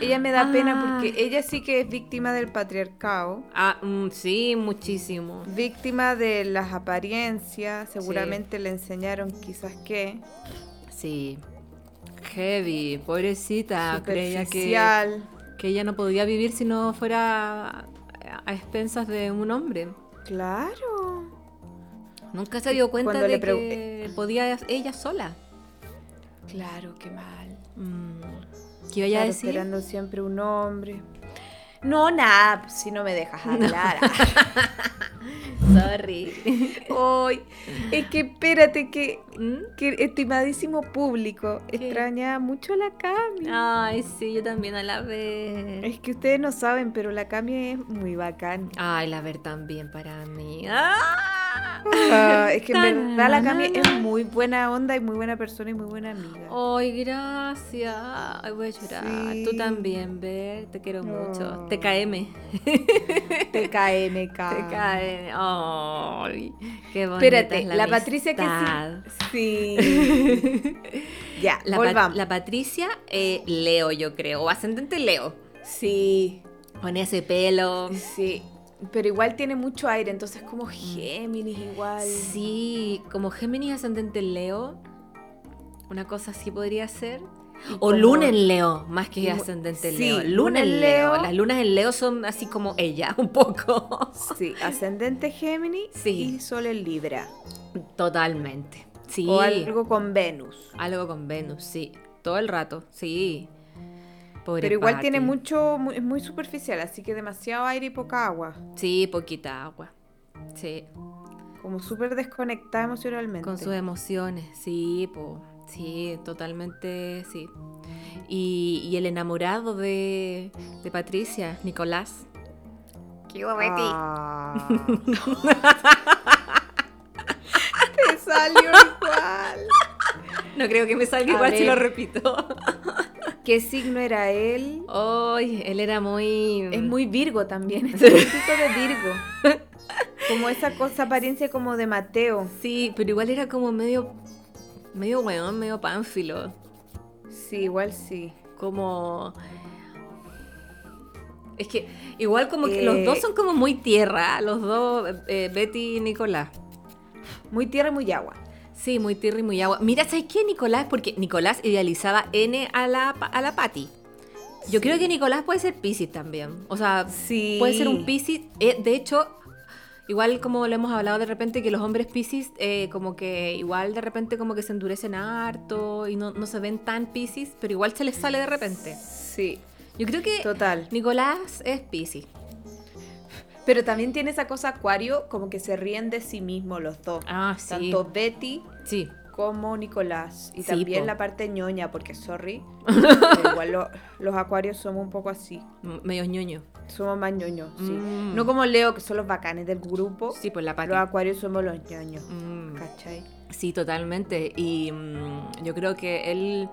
S1: Ella me da pena
S2: Ah.
S1: porque ella sí que es víctima del patriarcado.
S2: Ah, mm, sí, muchísimo.
S1: Víctima de las apariencias, seguramente le enseñaron quizás qué,
S2: Sí. Heavy,
S1: Ah,
S2: pobrecita, creía que,
S1: superficial.
S2: que ella no podía vivir si no fuera a, a expensas de un hombre.
S1: Claro.
S2: Nunca se dio cuenta
S1: Cuando
S2: de
S1: le pregu-
S2: que podía ella sola.
S1: Claro, qué mal.
S2: Mm, ¿Qué iba a
S1: Claro,
S2: decir?
S1: esperando siempre un hombre. No, nada, si no me dejas hablar.
S2: Sorry.
S1: Ay, es que espérate que,
S2: ¿Mm?
S1: que estimadísimo público, extraña mucho a la Cami.
S2: Ay, sí, yo también a la vez.
S1: Es que ustedes no saben, pero la Cami es muy bacán.
S2: Ay, la ver también para mí. ¡Ah!
S1: Ah, es que en
S2: Tan,
S1: verdad la
S2: na,
S1: Cami
S2: na,
S1: es
S2: na.
S1: muy buena onda y muy buena persona y muy buena amiga.
S2: Ay, gracias. Ay, voy a llorar.
S1: Sí.
S2: Tú también, Ver. Te quiero mucho.
S1: No.
S2: TKM.
S1: TKMK.
S2: TKM. Ay, qué
S1: Ah.
S2: bonita
S1: Espérate,
S2: es
S1: la, Patricia que
S2: amistad.
S1: sí. Sí. ya,
S2: La, Pat-
S1: volvamos.
S2: la Patricia eh, Leo, yo creo. O ascendente Leo.
S1: Sí,
S2: Con ese pelo.
S1: sí. Pero igual tiene mucho aire, entonces como Géminis igual.
S2: Mm. Sí, como Géminis ascendente Leo. Una cosa así podría ser.
S1: Y
S2: O
S1: como-
S2: luna en Leo, más que
S1: y mu-
S2: ascendente
S1: sí,
S2: Leo. Luna en Leo. Las lunas en Leo son así como ella, un poco.
S1: Sí, ascendente Géminis
S2: Sí.
S1: y Sol en Libra.
S2: Totalmente. Sí.
S1: O algo con Venus.
S2: Algo con Venus, sí. Todo el rato, sí. Pobre
S1: Pero igual
S2: Pati.
S1: tiene mucho, mu- es muy superficial, así que demasiado aire y poca agua.
S2: Sí, poquita agua. Sí.
S1: Como súper desconectada emocionalmente.
S2: Con sus emociones, sí, po, sí, totalmente, sí. Y, y el enamorado de, de Patricia, Nicolás. ¡Qué
S1: Ah. Te salió igual.
S2: No creo que me salga
S1: A
S2: igual si
S1: ver.
S2: lo repito.
S1: ¿Qué signo era él?
S2: Ay, él era muy...
S1: Es muy Virgo también. Es un poquito de Virgo. Como esa cosa, apariencia como de Mateo.
S2: Sí, pero igual era como medio... Medio weón, medio pánfilo.
S1: Sí, igual sí.
S2: Como... Es que igual como que
S1: Eh.
S2: los dos son como muy tierra, los dos, eh, Betty y Nicolás.
S1: Muy tierra, muy agua.
S2: Sí, muy tierra y muy agua. Mira, ¿sabes qué, Nicolás? Porque Nicolás idealizaba N a la, pa- a la Pati. Yo creo que Nicolás puede ser Piscis también. O sea,
S1: Sí.
S2: puede ser un Piscis. Eh, de hecho, igual como lo hemos hablado de repente, que los hombres Piscis eh, como que igual de repente como que se endurecen harto y no, no se ven tan Piscis, pero igual se les sale de repente.
S1: Sí,
S2: Yo creo que
S1: total.
S2: Nicolás es Piscis.
S1: Pero también tiene esa cosa acuario, como que se ríen de sí mismos los dos.
S2: Ah, sí.
S1: Tanto Betty
S2: Sí.
S1: como Nicolás. Y
S2: Sí,
S1: también
S2: po.
S1: la parte ñoña, porque sorry. pero igual lo- los acuarios somos un poco así.
S2: M- Medio ñoño.
S1: Somos más ñoños, sí.
S2: Mm.
S1: No como Leo, que son los bacanes del grupo.
S2: Sí, por la Pati.
S1: los acuarios somos los ñoños.
S2: Mm.
S1: ¿Cachai?
S2: Sí, totalmente. Y mm, yo creo que él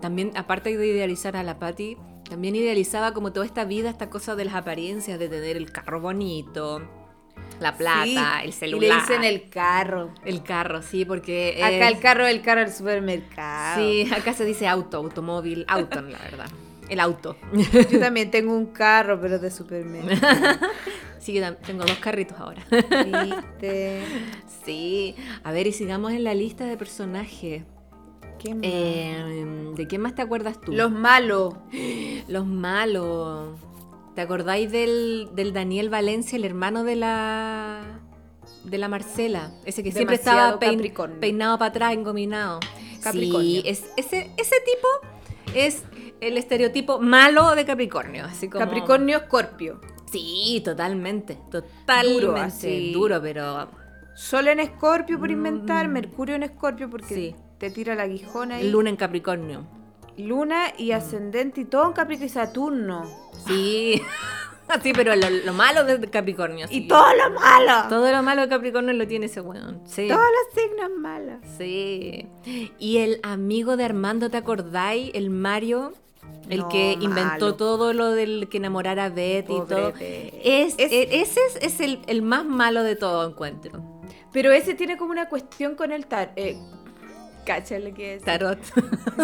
S2: también, aparte de idealizar a la Patty, también idealizaba como toda esta vida, esta cosa de las apariencias, de tener el carro bonito, la plata,
S1: Sí,
S2: el
S1: Y
S2: celular.
S1: le dicen el carro.
S2: El carro, sí, porque. es-
S1: Acá el carro el carro del supermercado.
S2: Sí, acá se dice auto, automóvil, auto, la verdad. El auto.
S1: Yo también tengo un carro, pero de supermercado.
S2: Sí, yo tam- tengo dos carritos ahora.
S1: ¿Viste?
S2: Sí. A ver, y sigamos en la lista de personajes. Em,
S1: Qué mal.
S2: Eh, ¿De quién más te acuerdas tú?
S1: Los malos.
S2: Los malos. ¿Te acordáis del, del Daniel Valencia, el hermano de la de la Marcela? Ese que siempre
S1: Demasiado
S2: estaba pein-
S1: Capricornio.
S2: peinado para atrás, engominado.
S1: Capricornio.
S2: Sí, es, ese, ese tipo es el estereotipo malo de Capricornio. Así como,
S1: Capricornio Escorpio.
S2: Sí, totalmente. Totalmente. Duro,
S1: así.
S2: pero
S1: Sol en Escorpio por inventar, Mercurio en Escorpio porque
S2: Mm. Sí.
S1: te tira la guijona ahí.
S2: luna Mm. en Capricornio.
S1: Luna y ascendente y todo en Capricornio y Saturno.
S2: Sí. Sí, pero lo, lo malo de Capricornio. sí.
S1: Y todo lo malo.
S2: Todo lo malo de Capricornio lo tiene ese weón. Sí.
S1: Todos los signos malos.
S2: Sí. Y el amigo de Armando, ¿te acordáis? El Mario, el
S1: No,
S2: que
S1: malo.
S2: inventó todo lo del que enamorara a Betty y
S1: Pobre
S2: todo.
S1: Betty.
S2: Es,
S1: Es-
S2: e- ese es, es el, el más malo de todo encuentro.
S1: Pero ese tiene como una cuestión con el tarot. Eh, cacha lo que es.
S2: Tarot.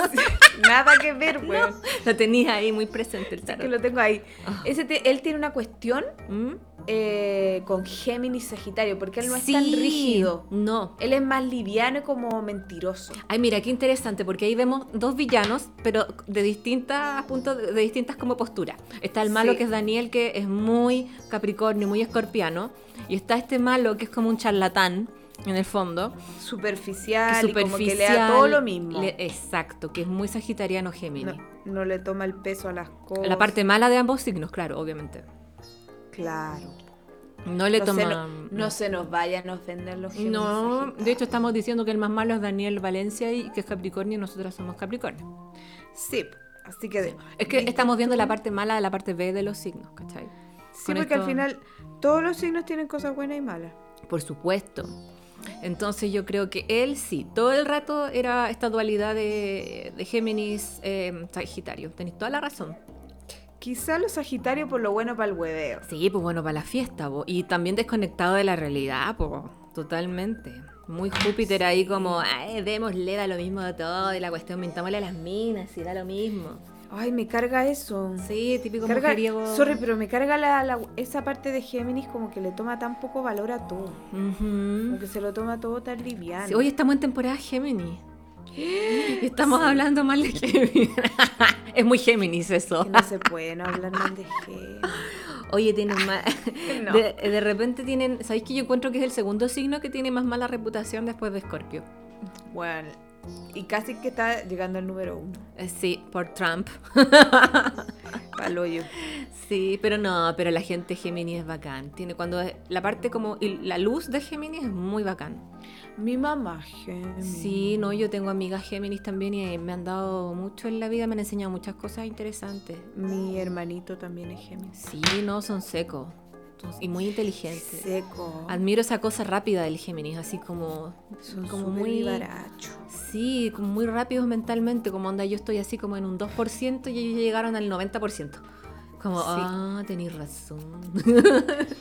S1: Nada que ver, weón.
S2: lo tenías ahí muy presente el
S1: Que
S2: tarot. Ah.
S1: lo tengo ahí. Ese te- él tiene una cuestión
S2: ¿Mm?
S1: eh, con Géminis Sagitario, porque él no es
S2: Sí,
S1: tan rígido.
S2: No.
S1: Él es más liviano y como mentiroso.
S2: Ay, mira, qué interesante, porque ahí vemos dos villanos, pero de distintas puntos, de de distintas como posturas. Está el malo
S1: Sí.
S2: que es Daniel, que es muy capricornio, muy escorpiano, y está este malo que es como un charlatán, en el fondo,
S1: Superficial,
S2: que superficial.
S1: y como que le da todo lo mismo.
S2: le- exacto, que es muy sagitariano
S1: no,
S2: Géminis.
S1: no le toma el peso a las cosas.
S2: La parte mala de ambos signos, claro, obviamente.
S1: Claro.
S2: No le
S1: no,
S2: toma...
S1: se, no, no se nos vayan a ofender los Géminis.
S2: No,
S1: Sagitarios.
S2: de hecho estamos diciendo que el más malo es Daniel Valencia y que es Capricornio y nosotras somos Capricornio.
S1: Sí, así que.
S2: Es que estamos viendo la parte mala de la parte B de los signos, ¿cachai?
S1: Sí,
S2: con
S1: porque al
S2: esto-
S1: final todos los signos tienen cosas buenas y malas.
S2: Por supuesto. Entonces yo creo que él sí, todo el rato era esta dualidad de, de Géminis eh, Sagitario. Tenéis toda la razón.
S1: Quizá los Sagitarios por lo bueno para el hueveo.
S2: Sí, pues bueno, para la fiesta, po. y también desconectado de la realidad, pues, totalmente. Muy Júpiter ahí como, ay, démosle, da lo mismo de todo, y la cuestión, mintámosle a las minas, y da lo mismo.
S1: Ay, me carga eso.
S2: Sí, típico
S1: Carga-
S2: mujeriego.
S1: sorry, pero me carga la- la- esa parte de Géminis como que le toma tan poco valor a todo.
S2: Ujú.
S1: Como que se lo toma todo tan liviano.
S2: Sí, hoy estamos en temporada Géminis. Y Estamos hablando mal de Géminis. es muy Géminis eso.
S1: Que no se puede no hablar mal de Géminis.
S2: Oye, tienen mal.
S1: No.
S2: De, de repente tienen. ¿Sabéis que yo encuentro que es el segundo signo que tiene más mala reputación después de Escorpio?
S1: Bueno, y casi que está llegando al número uno.
S2: Eh, Sí, por Trump.
S1: Palo yo.
S2: Sí, pero no, pero la gente Géminis es bacán. Tiene cuando es- la parte como y la luz de Géminis es muy bacán.
S1: Mi mamá Géminis.
S2: Sí, no, yo tengo amigas Géminis también y me han dado mucho en la vida, me han enseñado muchas cosas interesantes.
S1: Mi hermanito también es Géminis.
S2: Sí, no, son secos son- y muy
S1: este,
S2: inteligentes.
S1: Seco.
S2: Admiro esa cosa rápida del Géminis, así como,
S1: Son
S2: como
S1: súper
S2: muy
S1: vivaracho.
S2: Sí, como muy rápidos mentalmente, como onda, yo estoy así como en un 2% y ellos ya llegaron al 90%. Como,
S1: Sí.
S2: ah, tenéis razón.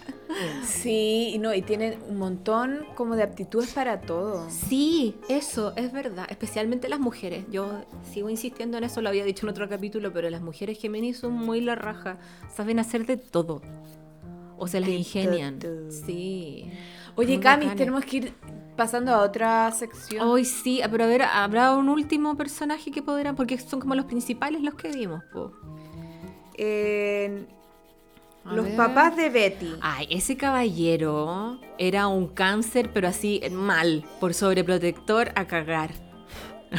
S1: Sí, y no, y tienen un montón como de aptitudes para todo.
S2: sí, eso es verdad, especialmente las mujeres. Yo sigo insistiendo en eso, lo había dicho en otro capítulo, pero las mujeres Géminis son muy la raja, saben hacer de todo. O se las
S1: De
S2: ingenian.
S1: todo.
S2: Sí.
S1: Oye,
S2: Muy
S1: Camis,
S2: bacanes.
S1: tenemos que ir pasando a otra sección.
S2: Hoy sí, ah, pero a ver, habrá un último personaje que podrán, porque son como los principales los que vimos. po.
S1: En
S2: A
S1: los
S2: ver.
S1: papás de Betty.
S2: Ay, ese caballero era un cáncer, pero así mal, por sobreprotector a cagar.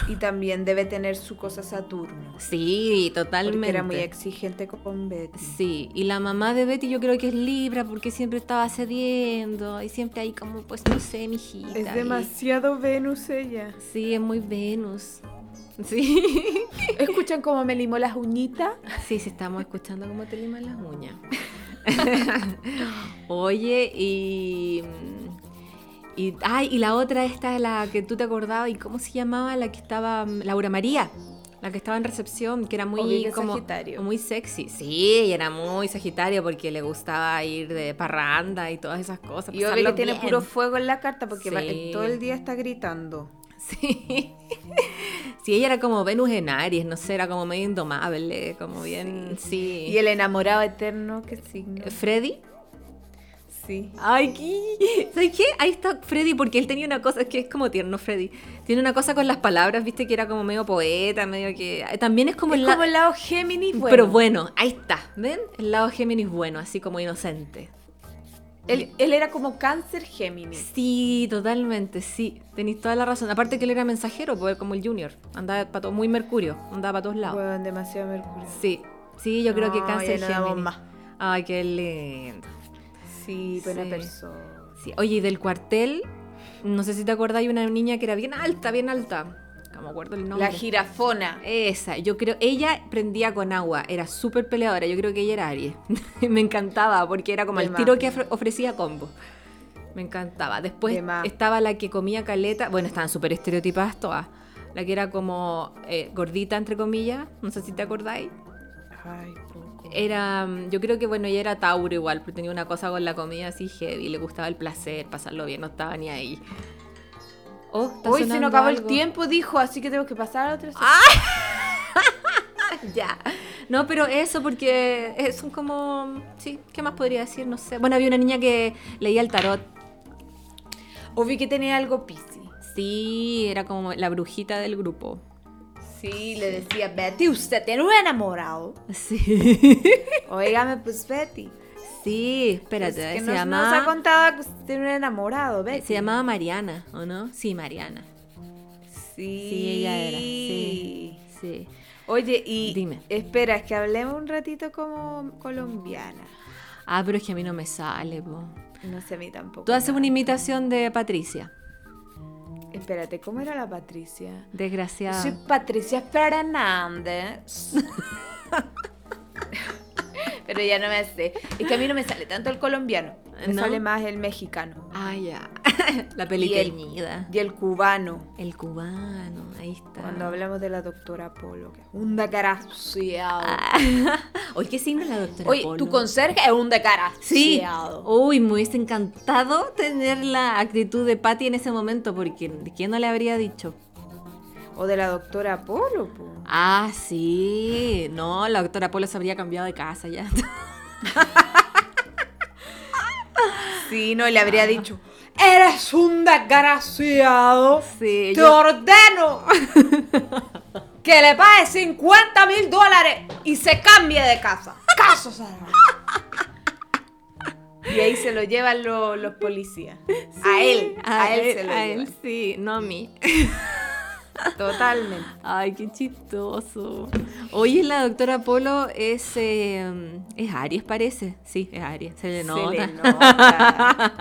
S1: Y también debe tener su cosa Saturno.
S2: Sí,
S1: Porque
S2: totalmente.
S1: era muy exigente con Betty.
S2: Sí, y la mamá de Betty yo creo que es Libra porque siempre estaba cediendo y siempre ahí como, pues no sé, mijita.
S1: Es
S2: y-
S1: demasiado Venus ella.
S2: Sí, es muy Venus. Sí.
S1: ¿Escuchan cómo me limó las uñitas?
S2: Sí, sí, estamos escuchando cómo te liman las uñas. Oye, y. Y, ay, y la otra, esta es la que tú te acordabas, ¿y cómo se llamaba la que estaba? mm, Laura María, la que estaba en recepción, que era
S1: Obvio
S2: muy
S1: que es
S2: como
S1: Sagitario.
S2: muy sexy. Sí, y era muy sagitario porque le gustaba ir de parranda y todas esas cosas.
S1: Y obvio
S2: pasarlo
S1: que tiene
S2: bien.
S1: puro fuego en la carta porque va-
S2: Sí.
S1: todo el día está gritando.
S2: Sí. Sí, ella era como Venus en Aries, no sé, era como medio indomable, como bien, sí.
S1: Y el enamorado eterno, qué signo.
S2: Freddy,
S1: Sí.
S2: Ay, qué- ¿sabes qué? Ahí está Freddy, porque él tenía una cosa, es que es como tierno Freddy. Tiene una cosa con las palabras, viste, que era como medio poeta, medio que. eh, También es como
S1: es
S2: el
S1: como
S2: lado.
S1: el lado Géminis, bueno.
S2: Pero bueno, ahí está, ¿ven? El lado Géminis bueno, así como inocente.
S1: Él, él era como cáncer Géminis.
S2: Sí, totalmente, sí. Tenéis toda la razón. Aparte que él era mensajero, pues como el Junior. Andaba para todo, muy Mercurio, andaba para todos lados.
S1: Bueno, demasiado mercurio.
S2: Sí, sí, yo creo que
S1: No,
S2: cáncer
S1: ya no damos
S2: Géminis.
S1: más.
S2: Ay, qué lindo.
S1: Sí, buena
S2: Sí.
S1: persona.
S2: Sí, Oye, y del cuartel, no sé si te acordás, hay una niña que era bien alta, bien alta. No me acuerdo el nombre.
S1: La girafona.
S2: Esa, yo creo, ella prendía con agua, era súper peleadora, yo creo que ella era Aries. me encantaba porque era como
S1: De
S2: el
S1: más.
S2: tiro que afro- ofrecía combo. Me encantaba. Después
S1: De más.
S2: estaba la que comía caleta, bueno, estaban súper estereotipadas todas. La que era como eh, gordita, entre comillas, no sé si te acordáis.
S1: Ay, poco.
S2: Era, mm, yo creo que bueno, ella era Tauro igual, pero tenía una cosa con la comida así heavy, le gustaba el placer, pasarlo bien, no estaba ni ahí. Oh, está
S1: Hoy se nos
S2: sonando
S1: acabó el
S2: algo. Ah.
S1: tiempo, dijo, así que tengo que pasar a otra.
S2: Ya. No, pero eso porque eh, son como, sí, ¿qué más podría decir? No sé. Bueno, había una niña que leía el tarot.
S1: O vi que tenía algo piscis.
S2: Sí, era como la brujita del grupo.
S1: Sí, le decía, Betty, usted tiene un enamorado.
S2: Sí.
S1: Oígame, pues Betty.
S2: Sí, espérate,
S1: Es Pues, que
S2: se
S1: nos,
S2: llamaba
S1: nos ha contado que usted tiene un enamorado, Betty.
S2: se llamaba Mariana, ¿o no? Sí, Mariana.
S1: Sí.
S2: Sí, ella era. Sí. Sí.
S1: Oye, y
S2: Dime.
S1: espera, es que hablemos un ratito como colombiana.
S2: Ah, pero es que a mí no me sale, po.
S1: No sé a mí tampoco.
S2: Tú haces
S1: nada.
S2: una imitación de Patricia.
S1: Espérate, ¿cómo era la Patricia?
S2: Desgraciada.
S1: Soy Patricia Fernández. Pero ya no me hace. Es que a mí no me sale tanto el colombiano. Me
S2: ¿No?
S1: sale más el mexicano.
S2: Ah, ya. la peli
S1: Y el-
S2: teñida.
S1: Y el cubano.
S2: El cubano, ahí está.
S1: Cuando hablamos de la doctora Polo. que es Un desgraciado.
S2: Oye, ¿qué signo es la doctora
S1: Oye,
S2: Polo?
S1: tu conserje es un
S2: Sí.
S1: desgraciado.
S2: Uy, me hubiese encantado tener la actitud de Patty en ese momento, porque ¿quién no le habría dicho?
S1: O de la doctora Polo, po.
S2: Ah, sí. No, la doctora Polo se habría cambiado de casa ya.
S1: Sí, no, le habría dicho. Eres un desgraciado.
S2: Sí,
S1: Te
S2: yo-
S1: ordeno que le pague 50 mil dólares y se cambie de casa. Caso cerrado. Y ahí se lo llevan lo- los policías. a él, a, él, se lo
S2: a
S1: llevan.
S2: él sí, no a mí.
S1: Totalmente.
S2: Ay, qué chistoso. Oye, la doctora Polo es, eh, es Aries, parece. Sí, es Aries, se le
S1: Se
S2: nota.
S1: le nota.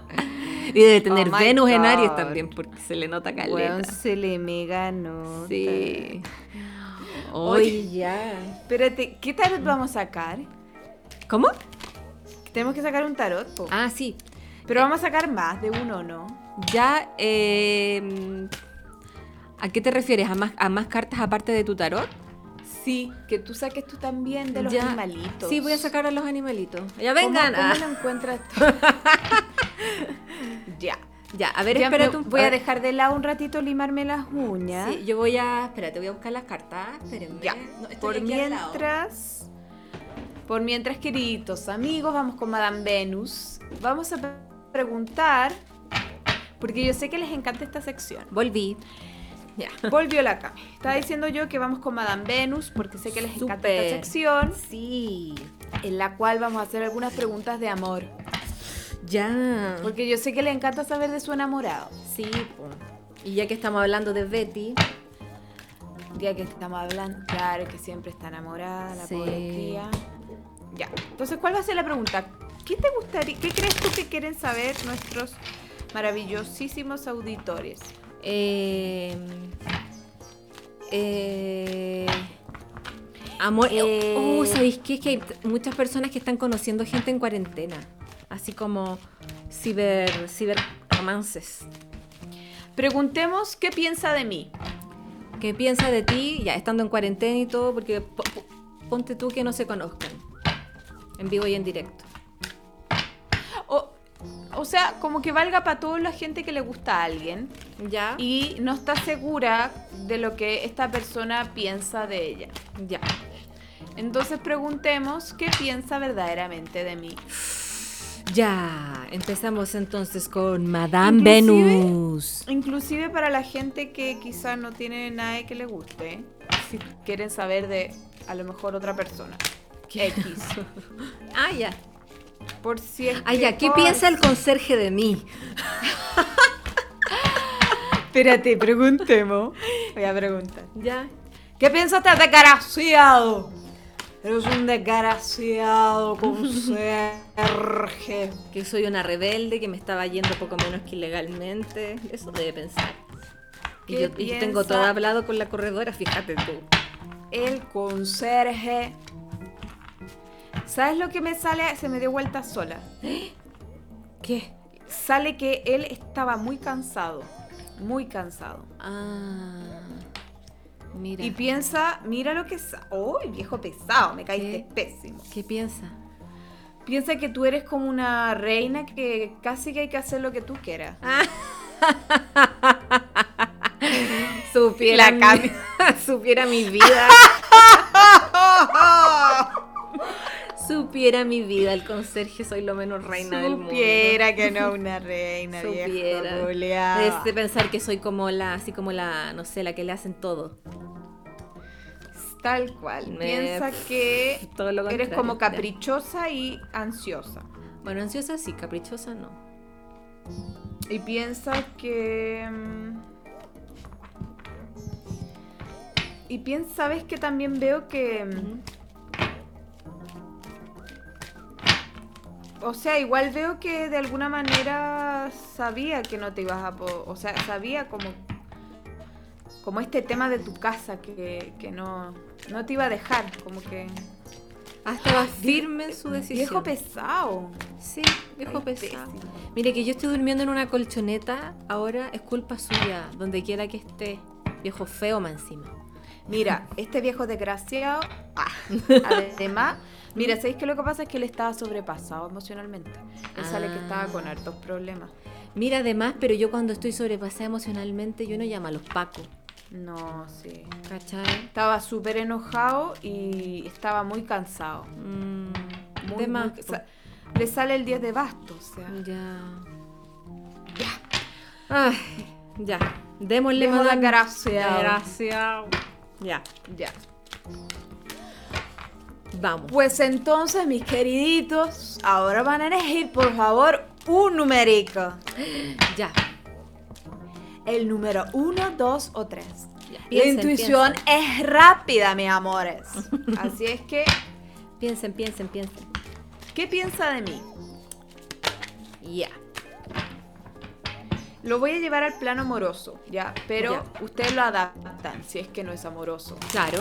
S2: Y debe tener
S1: Oh my
S2: Venus en Aries
S1: God.
S2: también, porque se le nota caleta.
S1: Weón, se le mega nota.
S2: Sí.
S1: Oye,
S2: Oye, ya.
S1: Espérate, ¿qué tarot vamos a sacar?
S2: ¿Cómo?
S1: Tenemos que sacar un tarot, po.
S2: Ah, sí.
S1: Pero vamos a sacar más de uno, ¿no?
S2: Ya, eh, ¿a qué te refieres? ¿A más, ¿A más cartas aparte de tu tarot?
S1: Sí, que tú saques tú también de los
S2: Ya.
S1: animalitos.
S2: Sí, voy a sacar a los animalitos. Ya
S1: ¿Cómo-
S2: vengan.
S1: ¿Cómo,
S2: Ah,
S1: lo encuentras tú? ya.
S2: Ya, a ver,
S1: Ya,
S2: espérate
S1: me-
S2: un
S1: voy a dejar de lado un ratito limarme las uñas.
S2: Sí, yo voy a. Espérate, voy a buscar las cartas. Espérenme.
S1: Ya.
S2: No, estoy
S1: por
S2: aquí al lado.
S1: mientras. Por mientras, queridos amigos, vamos con Madame Venus. Vamos a pre- preguntar. Porque yo sé que les encanta esta sección.
S2: Volví. Ya.
S1: Volvió la cama. Estaba diciendo yo que vamos con Madame Venus porque sé que les encanta esta
S2: Súper.
S1: sección.
S2: Sí.
S1: En la cual vamos a hacer algunas preguntas de amor.
S2: Ya.
S1: Porque yo sé que les encanta saber de su enamorado.
S2: Sí, po. Y ya que estamos hablando de Betty.
S1: Ya que estamos hablando, claro que siempre está enamorada, la
S2: Sí.
S1: pobre tía. Ya. Entonces, ¿cuál va a ser la pregunta? ¿Qué te gustaría, qué crees tú que quieren saber nuestros maravillosísimos auditores?
S2: Eh, eh, amor.
S1: Eh.
S2: oh, ¿sabéis qué? Es que hay t- muchas personas que están conociendo gente en cuarentena. Así como ciber, ciber romances.
S1: Preguntemos qué piensa de mí.
S2: ¿Qué piensa de ti ya estando en cuarentena y todo? Porque po- po- ponte tú que no se conozcan. En vivo y en directo.
S1: O, o sea, como que valga para toda la gente que le gusta a alguien
S2: ¿Ya? Y,
S1: y no está segura de lo que esta persona piensa de ella.
S2: ya.
S1: Entonces preguntemos qué piensa verdaderamente de mí.
S2: Ya, empezamos entonces con Madame
S1: Inclusive-
S2: Venus.
S1: Inclusive para la gente que quizás no tiene nada que le guste, si quieren saber de a lo mejor otra persona. X.
S2: Ah, ya.
S1: Por si es
S2: Ah,
S1: que-
S2: ya. ¿Qué
S1: por-
S2: piensa el conserje de mí?
S1: Espérate, preguntemos. Voy a preguntar.
S2: Ya.
S1: ¿Qué piensa este desgraciado? Eres un desgraciado conserje.
S2: Que soy una rebelde, que me estaba yendo poco menos que ilegalmente. Eso debe pensar. Y
S1: ¿Qué
S2: yo, y yo tengo
S1: piensa?
S2: todo hablado con la corredora, fíjate tú.
S1: El conserje. ¿Sabes lo que me sale? Se me dio vuelta sola.
S2: ¿Qué?
S1: Sale que él estaba muy cansado. Muy cansado.
S2: Ah. Mira.
S1: Y piensa, mira lo que... sa- ¡Oh, viejo pesado! Me caíste
S2: ¿Qué?
S1: pésimo.
S2: ¿Qué piensa?
S1: Piensa que tú eres como una reina que casi que hay que hacer lo que tú quieras. La
S2: Supiera, mi-
S1: Cami.
S2: supiera mi vida. Ah. Supiera mi vida, el conserje, soy lo menos reina del mundo.
S1: Supiera que no una reina,
S2: Supiera.
S1: viejo culiao.
S2: Es de pensar que soy como la, así como la, no sé, la que le hacen todo.
S1: Tal cual.
S2: Me-
S1: Piensa que
S2: Todo lo
S1: eres
S2: contrario.
S1: como caprichosa y ansiosa.
S2: Bueno, ansiosa sí, caprichosa no.
S1: Y piensa que... mm, Y piensa, sabes que también veo que... mm, O sea, igual veo que de alguna manera sabía que no te ibas a... po- O sea, sabía como... Como este tema de tu casa que, que no, no te iba a dejar, como que...
S2: Ah, estaba firme en su decisión.
S1: Viejo pesado.
S2: Sí, viejo
S1: Ay,
S2: pesado.
S1: pésimo.
S2: Mire que yo estoy durmiendo en una colchoneta, ahora es culpa suya, donde quiera que esté. Viejo feo más encima.
S1: Mira, este viejo desgraciado, ah, además, mira, ¿sabéis que lo que pasa es que él estaba sobrepasado emocionalmente? Él sale que estaba
S2: Ah.
S1: con hartos problemas.
S2: Mira, además, pero yo cuando estoy sobrepasada emocionalmente, yo no llamo a los pacos,
S1: No, sí.
S2: ¿cachai?
S1: Estaba súper enojado y estaba muy cansado.
S2: Mm,
S1: Muy,
S2: de más.
S1: muy-
S2: po. Mm.
S1: sa- le sale el 10 de basto, o sea.
S2: Ya. Ay, ya. Démosle
S1: Viejo
S2: Madame-
S1: desgraciado.
S2: Desgraciado. Ya.
S1: Ya.
S2: Vamos.
S1: Pues entonces, mis queriditos, ahora van a elegir, por favor, un numerico.
S2: Ya.
S1: El número 1, 2 o 3.
S2: ya.
S1: La
S2: Piensen,
S1: intuición es rápida, mis amores. Así es que,
S2: Piensen, piensen, piensen.
S1: ¿qué piensa de mí?
S2: Ya.
S1: Lo voy a llevar al plano amoroso, ya, pero
S2: Ya.
S1: ustedes lo adaptan si es que no es amoroso.
S2: Claro.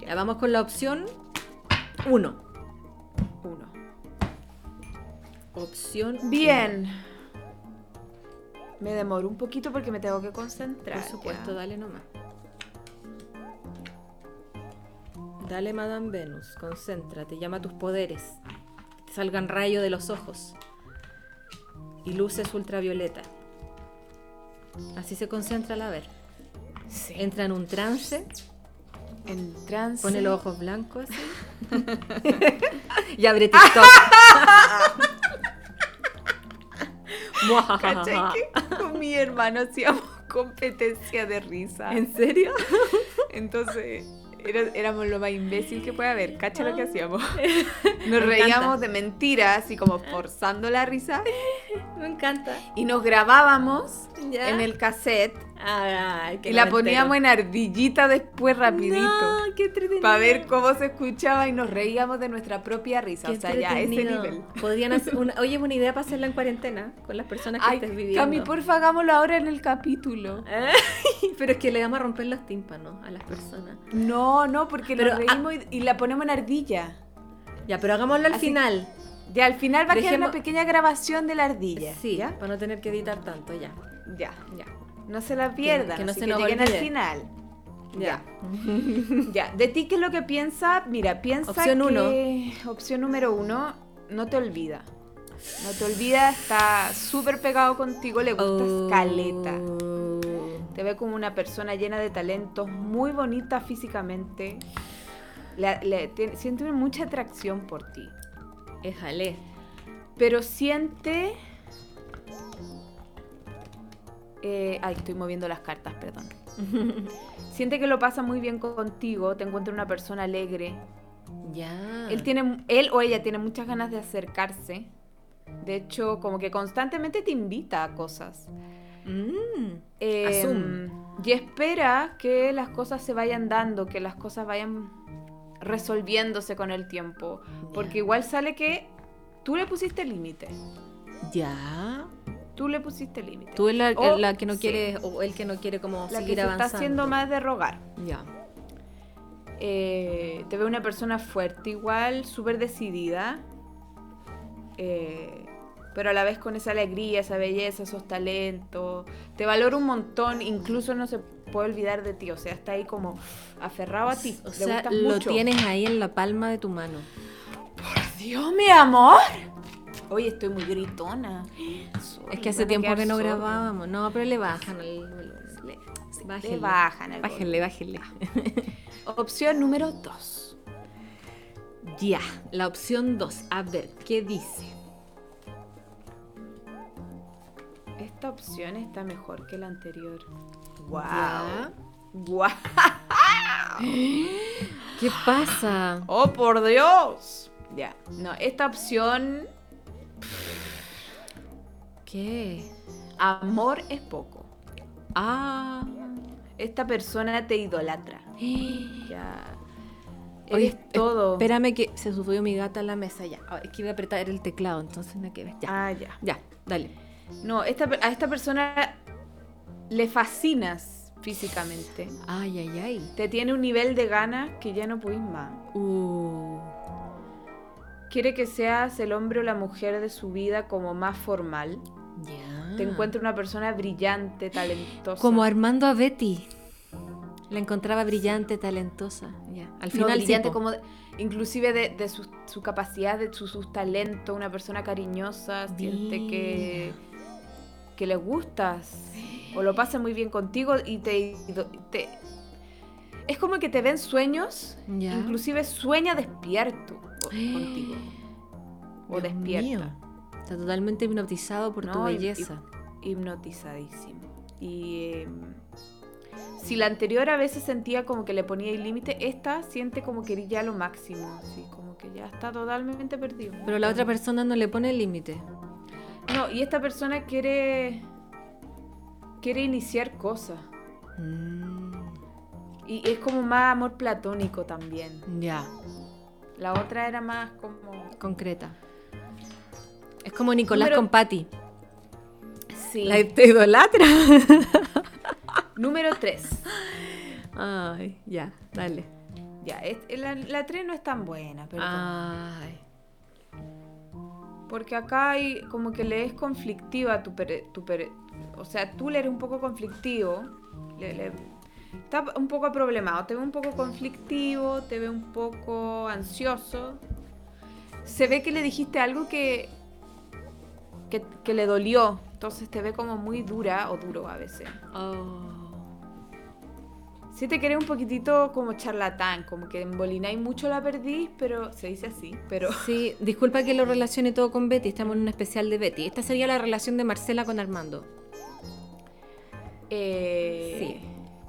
S2: Ya vamos con la opción 1.
S1: Uno.
S2: Opción
S1: Bien. Me demoro un poquito porque me tengo que concentrar.
S2: Por supuesto,
S1: ya.
S2: dale nomás. Dale, Madame Venus, concéntrate, llama tus poderes. Que te salgan rayos de los ojos. Y luces ultravioleta. Así se concentra al ver.
S1: Sí. En,
S2: Entra en un trance,
S1: trance.
S2: pone los ojos blancos así. y abre TikTok.
S1: ¿Cachai que con mi hermano hacíamos competencia de risa?
S2: ¿En serio?
S1: Entonces, era- éramos lo más imbécil que puede haber. Cacha lo que hacíamos.
S2: Ah. Me
S1: Nos
S2: encanta.
S1: reíamos de mentiras, así como forzando la risa.
S2: Me encanta.
S1: Y nos grabábamos
S2: Ya.
S1: en el cassette.
S2: Ay, qué
S1: Y la
S2: noventero.
S1: poníamos en ardillita después rapidito.
S2: No, qué entretenido.
S1: Para ver cómo se escuchaba y nos reíamos de nuestra propia risa.
S2: Qué
S1: o sea, ya a ese
S2: entretenido.
S1: nivel.
S2: Podrían hacer una, oye, es una idea para hacerla en cuarentena con las personas que
S1: Ay,
S2: estés viviendo.
S1: Cami, porfa, hagámoslo ahora en el capítulo.
S2: Ay, Pero es que le vamos a romper los tímpanos a las personas.
S1: No, no, porque
S2: Pero, ah.
S1: nos reímos y, y la ponemos en ardilla.
S2: Ya, pero hagámoslo al
S1: Así-
S2: final.
S1: Ya, al final va a quedar
S2: Dejemos-
S1: una pequeña grabación de la ardilla.
S2: Sí,
S1: ¿Ya?
S2: para no tener que editar tanto, ya.
S1: Ya.
S2: Ya.
S1: No se la pierdan.
S2: que no
S1: así
S2: se nos
S1: lleguen al
S2: olvide.
S1: final.
S2: Ya.
S1: Ya, de ti, ¿qué es lo que piensa? Mira, piensa
S2: Opción
S1: que... Opción número uno, no te olvida. No te olvida, está súper pegado contigo, le gusta
S2: Oh.
S1: escaleta. Te ve como una persona llena de talentos, muy bonita físicamente, Le- le- tiene- siente mucha atracción por ti.
S2: Es jalé.
S1: Pero siente. Eh, ay, estoy moviendo las cartas, perdón. Siente que lo pasa muy bien contigo, te encuentra una persona alegre.
S2: Ya.
S1: Él, tiene, él o ella tiene muchas ganas de acercarse. De hecho, como que constantemente te invita a cosas.
S2: Mm.
S1: Eh,
S2: Asum.
S1: y espera que las cosas se vayan dando, que las cosas vayan resolviéndose con el tiempo. Porque
S2: Ya.
S1: igual sale que tú le pusiste límites.
S2: Ya.
S1: Tú le pusiste límites.
S2: Tú eres la,
S1: O-
S2: la que no
S1: Oh, sí.
S2: quiere, o el que no quiere como
S1: la que
S2: seguir
S1: se
S2: avanzando.
S1: está haciendo más de rogar.
S2: Ya.
S1: Eh, te veo una persona fuerte igual, súper decidida, eh, pero a la vez con esa alegría, esa belleza, esos talentos. Te valora un montón, incluso no se puede olvidar de ti, o sea, está ahí como aferrado a ti.
S2: O
S1: le
S2: sea,
S1: gustas
S2: lo
S1: mucho.
S2: tienes ahí en la palma de tu mano.
S1: ¡Por Dios, mi amor! Oye, estoy muy gritona.
S2: Es que hace tiempo que no grabábamos. No, pero le bajan al volumen. Le-
S1: Te
S2: Bájenle.
S1: bajan. al
S2: Bájenle, bájenle.
S1: volumen. Opción número 2.
S2: Ya, la opción 2. A ver, ¿qué dice?
S1: Esta opción está mejor que la anterior.
S2: Ya.
S1: ¡Guau!
S2: ¿Qué pasa?
S1: ¡Oh, por Dios! Ya. No, esta opción,
S2: ¿Qué?
S1: amor es poco.
S2: Ah.
S1: Esta persona te idolatra. Ya.
S2: Oye,
S1: Eres todo.
S2: Espérame que se subió mi gata a la mesa ya. Ah, Es que iba a apretar el teclado, entonces no que ver. Ya,
S1: Ah, ya.
S2: ya, dale.
S1: No, esta, per- a esta persona le fascinas físicamente.
S2: Ay, ay, ay.
S1: Te tiene un nivel de ganas que ya no pudís más.
S2: Uh.
S1: Quiere que seas el hombre o la mujer de su vida como más formal.
S2: Ya.
S1: Te encuentra una persona brillante, talentosa.
S2: Ah. Como Armando a Betty. La encontraba brillante, talentosa. Ya. Al
S1: No,
S2: final sí,
S1: brillante
S2: po.
S1: como de- inclusive de, de su, su capacidad, de su- sus talentos, una persona cariñosa, siente que, que le gustas o lo pasa muy bien contigo y te, te- es como que te ven sueños,
S2: Ya.
S1: inclusive sueña despierto co- contigo o
S2: Dios
S1: despierta,
S2: mío. Está totalmente hipnotizado por tu
S1: No, y- y-
S2: belleza.
S1: hipnotizadísimo. Y eh, si la anterior a veces sentía como que le ponía el límite, esta siente como que ya lo máximo, así como que ya está totalmente perdido.
S2: Pero la otra persona no le pone límite.
S1: No, y esta persona quiere. quiere iniciar cosas.
S2: Mm,
S1: Y es como más amor platónico también.
S2: ya,
S1: La otra era más como.
S2: concreta. Es como Nicolás
S1: Número-
S2: con Patty.
S1: Sí.
S2: La te idolatra.
S1: Número 3.
S2: Ay, ya, dale.
S1: Ya, es- la, la 3 no es tan buena, perdón.
S2: Ah, Ay.
S1: Porque acá hay como que le es conflictiva tu, per- tu per- O sea, tú le eres un poco conflictivo. le- le- está un poco problemado. Te ve un poco conflictivo, te ve un poco ansioso. Se ve que le dijiste algo que, que, que le dolió. Entonces te ve como muy dura o duro a veces.
S2: Oh.
S1: Si te querés un poquitito como charlatán, como que embolináis mucho la perdís, pero se dice así. Pero
S2: Sí, disculpa que lo relacione todo con Betty. Estamos en un especial de Betty. Esta sería la relación de Marcela con Armando.
S1: eh,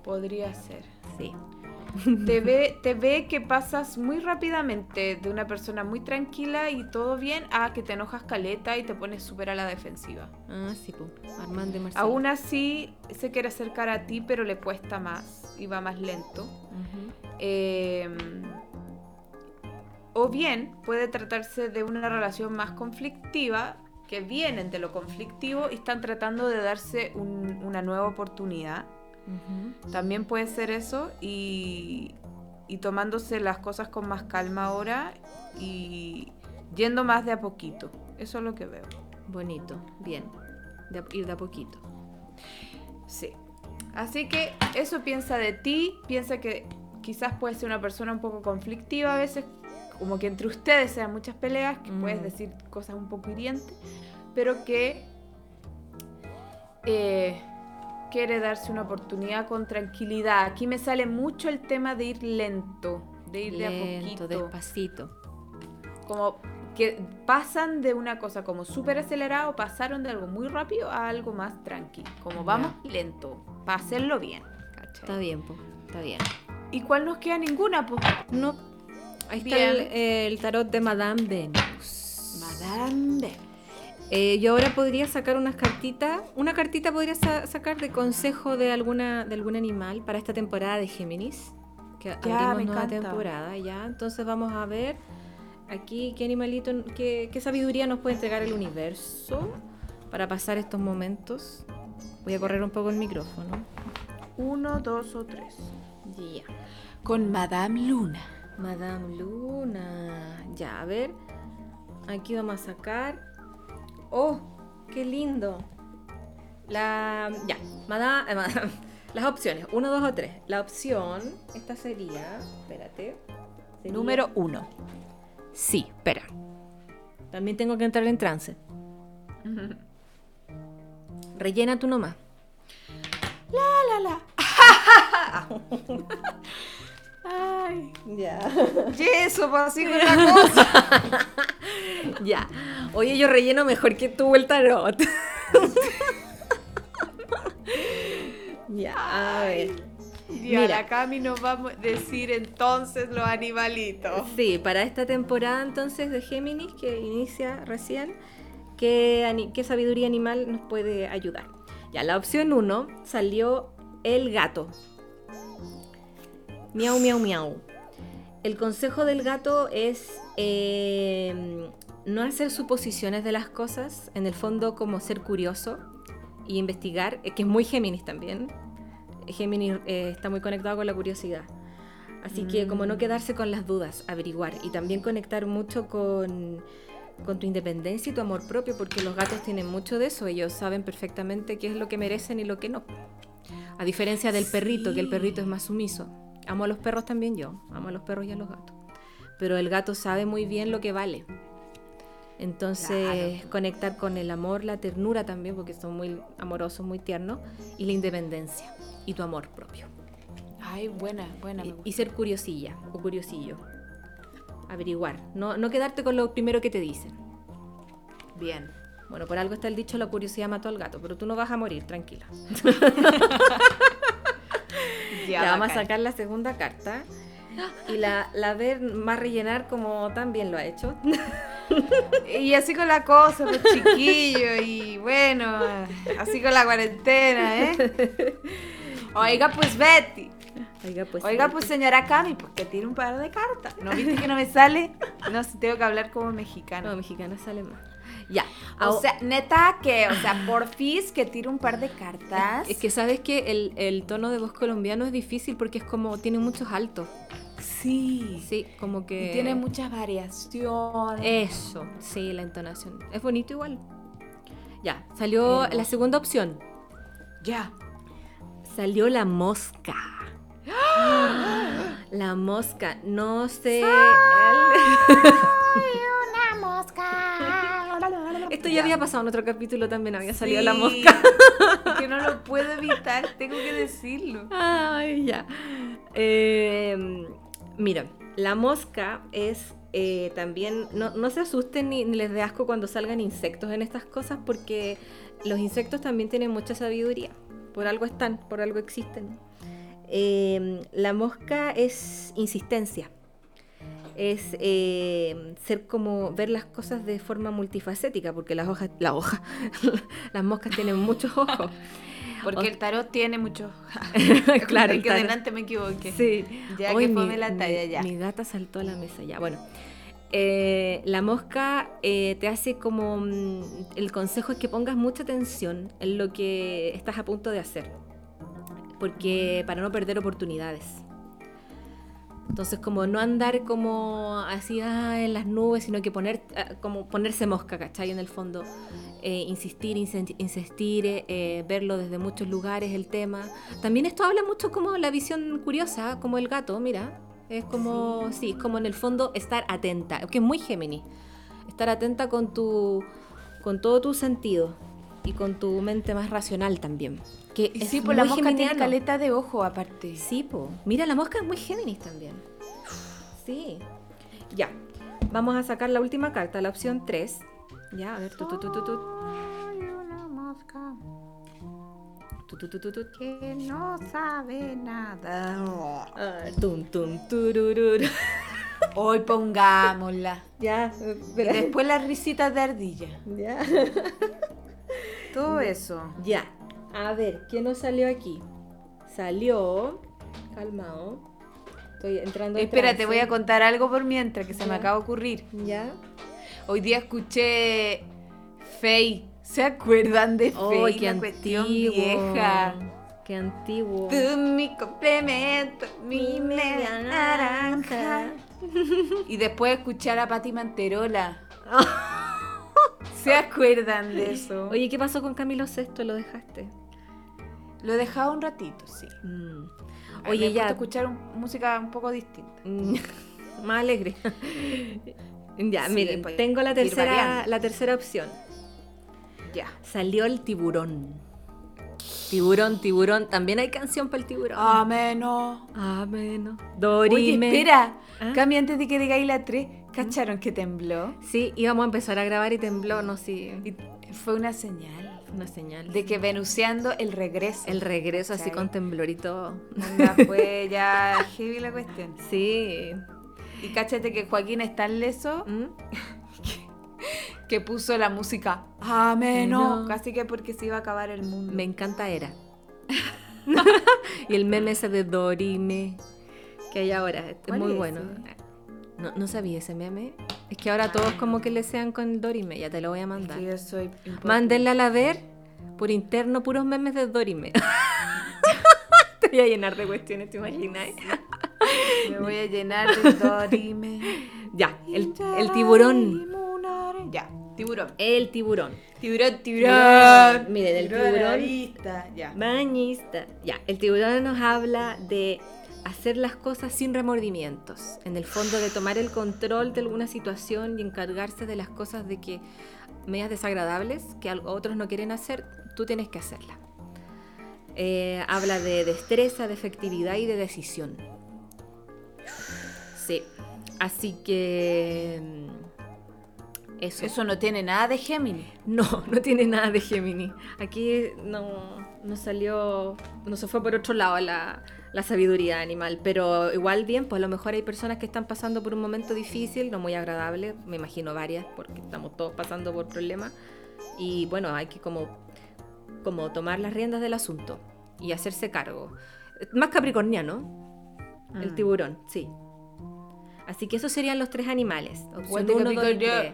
S1: podría ser.
S2: Sí.
S1: Te ve, te ve que pasas muy rápidamente de una persona muy tranquila y todo bien a que te enojas caleta y te pones súper a la defensiva.
S2: Ah, sí, po. Armando y Marcela.
S1: Aún así, se quiere acercar a ti, pero le cuesta más y va más lento.
S2: Ujú.
S1: Eh, o bien puede tratarse de una relación más conflictiva, que vienen de lo conflictivo y están tratando de darse un- una nueva oportunidad.
S2: Ujú.
S1: También puede ser eso y, y tomándose las cosas con más calma ahora y yendo más de a poquito. Eso es lo que veo.
S2: Bonito, bien. De a- ir de a poquito.
S1: Sí. Así que eso piensa de ti, piensa que quizás puedes ser una persona un poco conflictiva a veces, como que entre ustedes sean muchas peleas, que puedes
S2: Mm.
S1: decir cosas un poco hirientes, pero que eh, quiere darse una oportunidad con tranquilidad. Aquí me sale mucho el tema de ir lento. de ir de a poquito.
S2: Lento, despacito.
S1: Como que pasan de una cosa como súper acelerado, pasaron de algo muy rápido a algo más tranqui. Como
S2: Ya.
S1: vamos lento, para hacerlo bien. ¿cachai?
S2: Está bien, po, está bien.
S1: ¿Y cuál nos queda ninguna? Pues
S2: No, ahí está
S1: Bien.
S2: el, el tarot de Madame Venus.
S1: Madame. B.
S2: Eh, yo ahora podría sacar unas cartitas. Una cartita podría sa- sacar de consejo de alguna de algún animal para esta temporada de Géminis. Que abrimos
S1: me
S2: nueva
S1: encanta.
S2: temporada, ya. Entonces vamos a ver aquí qué animalito, qué, qué sabiduría nos puede entregar el universo para pasar estos momentos. Voy a correr un poco el micrófono.
S1: Uno, dos o tres.
S2: Ya.
S1: Con Madame Luna.
S2: Madame Luna. Ya, a ver. Aquí vamos a sacar. ¡Oh! ¡Qué lindo! La. Ya, Madame. eh, Madame. Las opciones: 1, 2 o 3. La opción, esta sería. Espérate. sería-
S1: Número uno.
S2: Sí, espera. También tengo que entrar en trance. Rellena tú nomás.
S1: La, la. Ay.
S2: Ya.
S1: Yeso, pues así con la cosa.
S2: ya. Oye, yo relleno mejor que tú el tarot. ya, a ver.
S1: Ya,
S2: Mira.
S1: la Cami nos va a mu- decir entonces los animalitos.
S2: Sí, para esta temporada entonces de Géminis que inicia recién, ¿qué, ani- qué sabiduría animal nos puede ayudar? Ya, la opción 1 salió el gato. Miau, miau, miau. El consejo del gato es eh, no hacer suposiciones de las cosas, en el fondo como ser curioso y investigar, eh, que es muy Géminis también. Géminis eh, está muy conectado con la curiosidad. Así que como no
S1: Mm.
S2: quedarse con las dudas, averiguar y también conectar mucho con, con tu independencia y tu amor propio, porque los gatos tienen mucho de eso, ellos saben perfectamente qué es lo que merecen y lo que no. A diferencia del perrito, que el
S1: Sí.
S2: perrito es más sumiso. Amo a los perros también yo, amo a los perros y a los gatos. Pero el gato sabe muy bien lo que vale. Entonces, conectar con el amor, la ternura también, porque son muy amorosos, muy tiernos, y la independencia y tu amor propio.
S1: Ay, buena, buena.
S2: Y, y ser curiosilla o curiosillo. Averiguar, no, no quedarte con lo primero que te dicen.
S1: Bien.
S2: Bueno, por algo está el dicho, la curiosidad mató al gato, pero tú no vas a morir, tranquila.
S1: Ya,
S2: Ya, vamos a
S1: bacán.
S2: sacar la segunda carta. Y la, la ver más rellenar como también lo ha hecho.
S1: Y así con la cosa, pues chiquillo, y bueno, así con la cuarentena, ¿eh? Oiga, pues Betty.
S2: Oiga, pues.
S1: Oiga, pues señora Cami, pues que tiene un par de cartas. ¿No viste que no me sale? No, si tengo que hablar como
S2: No,
S1: mexicano.
S2: mexicana sale más. Ya.
S1: O sea, neta que, o sea, porfis que tire un par de cartas.
S2: es que sabes que el, el tono de voz colombiano es difícil porque es como. Tiene muchos altos.
S1: sí.
S2: Sí, como que. Eh.
S1: Y tiene muchas variaciones.
S2: Eso. Sí, la entonación. Es bonito igual. Ya. Salió
S1: Hermoso.
S2: la segunda opción.
S1: ya.
S2: Salió la mosca. La mosca. No sé.
S1: ¡Ah!
S2: Esto ya había pasado en otro capítulo también, había salido la mosca.
S1: Que no lo puedo evitar, tengo que decirlo.
S2: Ay, ya. Eh, mira, la mosca es eh, también. No, no se asusten ni, ni les dé asco cuando salgan insectos en estas cosas, porque los insectos también tienen mucha sabiduría. Por algo están, por algo existen. Eh, la mosca es insistencia. Es eh, ser como ver las cosas de forma multifacética, porque las hojas, la hoja, las moscas tienen muchos ojos.
S1: Porque el tarot tiene mucho.
S2: claro,
S1: que
S2: están-
S1: delante me equivoqué.
S2: Sí.
S1: Ya
S2: Hoy
S1: que
S2: mi-
S1: fome la talla,
S2: mi-
S1: ya.
S2: Mi gata saltó a la mesa, ya. Bueno, Eh, la mosca eh, te hace como... mm, el consejo es que pongas mucha atención en lo que estás a punto de hacer. Porque para no perder oportunidades. Entonces, como no andar como así ah, en las nubes, sino que poner, ah, como ponerse mosca, ¿cachai? En el fondo, eh, insistir, insen- insistir, eh, eh, verlo desde muchos lugares el tema. También esto habla mucho como la visión curiosa, como el gato, mira. Es como, sí, es como en el fondo estar atenta, que es muy Géminis. Estar atenta con tu, con todo tu sentido y con tu mente más racional también. Que
S1: Y
S2: es
S1: sí, por la
S2: muy
S1: mosca tiene
S2: geminiano.
S1: caleta de ojo aparte.
S2: Sí, po. Mira, la mosca es muy Géminis también. Sí. Ya. Vamos a sacar la última carta, la opción 3. Ya, a ver. tu, tu, tu, tu, tu.
S1: Soy una mosca
S2: Tu, tu, tu, tu, tu.
S1: que no sabe nada.
S2: Ah, tum, tum, turururu.
S1: Hoy pongámosla.
S2: Ya,
S1: Y
S2: espera.
S1: después las risitas de ardilla.
S2: Ya.
S1: Todo eso.
S2: Ya. A ver, ¿qué nos salió aquí? Salió. Calmado. Estoy entrando. en
S1: Espérate,
S2: trance.
S1: voy a contar algo por mientras que se me
S2: Ya.
S1: acaba de ocurrir.
S2: Ya.
S1: Hoy día escuché Fey. ¿Se acuerdan de Fey?
S2: ¡Ay, Oh, qué
S1: Una cuestión
S2: antiguo!
S1: vieja.
S2: ¡Qué antiguo!
S1: Tú mi complemento, mi media naranja. Y después escuchar a Patti Manterola. ¿Se acuerdan de eso?
S2: Oye, ¿qué pasó con Camilo VI? ¿Lo dejaste?
S1: Lo dejaba un ratito, sí.
S2: Mm.
S1: Oye,
S2: Oye,
S1: ya.
S2: ya.
S1: escuchar un- música un poco distinta.
S2: Mm, Más alegre. ya,
S1: Sí,
S2: miren,
S1: pues,
S2: tengo la
S1: ir
S2: tercera,
S1: variando.
S2: la tercera opción.
S1: Ya.
S2: Salió el tiburón. Tiburón, tiburón. También hay canción para el tiburón.
S1: Ameno.
S2: Ameno.
S1: Ah, Oye,
S2: Dorime.
S1: espera.
S2: ¿Ah?
S1: Cami, antes de que digáis la 3, ¿cacharon que tembló?
S2: Sí, íbamos a empezar a grabar y tembló, no sé.
S1: Y fue una señal
S2: Una señal.
S1: de que Venuseando el regreso.
S2: El regreso así
S1: ¿Cachai?
S2: con temblorito.
S1: Onda, fue ya heavy la cuestión.
S2: Sí.
S1: Y cáchate que Joaquín es tan leso
S2: ¿Mm?
S1: que puso la música Ameno.
S2: No.
S1: Casi que porque se iba a acabar el mundo.
S2: Me encanta Era. y el meme ese de Dorime que hay ahora. Es
S1: ¿Cuál
S2: muy
S1: es
S2: bueno.
S1: ese? Ah,
S2: No, no sabía ese meme. Es que ahora todos como que le sean con el Dorime. Ya te lo voy a
S1: Es
S2: mandar.
S1: que yo soy imposible.
S2: Mándenla a la ver por interno puros memes de Dorime. te voy a llenar de cuestiones, ¿te imaginas?
S1: Me voy a llenar de dorime.
S2: Ya, el, el tiburón.
S1: Ya, tiburón.
S2: El tiburón.
S1: Tiburón,
S2: tiburón. Miren, el
S1: a la
S2: tiburón.
S1: vista, Ya.
S2: Bañista. Ya, el tiburón nos habla de hacer las cosas sin remordimientos. En el fondo, de tomar el control de alguna situación y encargarse de las cosas de que medias desagradables que al- otros no quieren hacer, tú tienes que hacerlas. Eh, habla de destreza, de efectividad y de decisión. Sí. Así que. mm, Eso.
S1: Eso no tiene nada de Géminis.
S2: No, no tiene nada de Gemini. Aquí no, no salió, no se fue por otro lado la, la sabiduría animal, pero igual bien, pues a lo mejor hay personas que están pasando por un momento difícil, no muy agradable, me imagino varias, porque estamos todos pasando por problemas, y bueno, hay que como, como tomar las riendas del asunto y hacerse cargo. Más capricorniano, el
S1: Mm.
S2: tiburón, sí. Así que esos serían los tres animales. Opción
S1: Guante
S2: uno, dos y
S1: Capricornio.
S2: tres.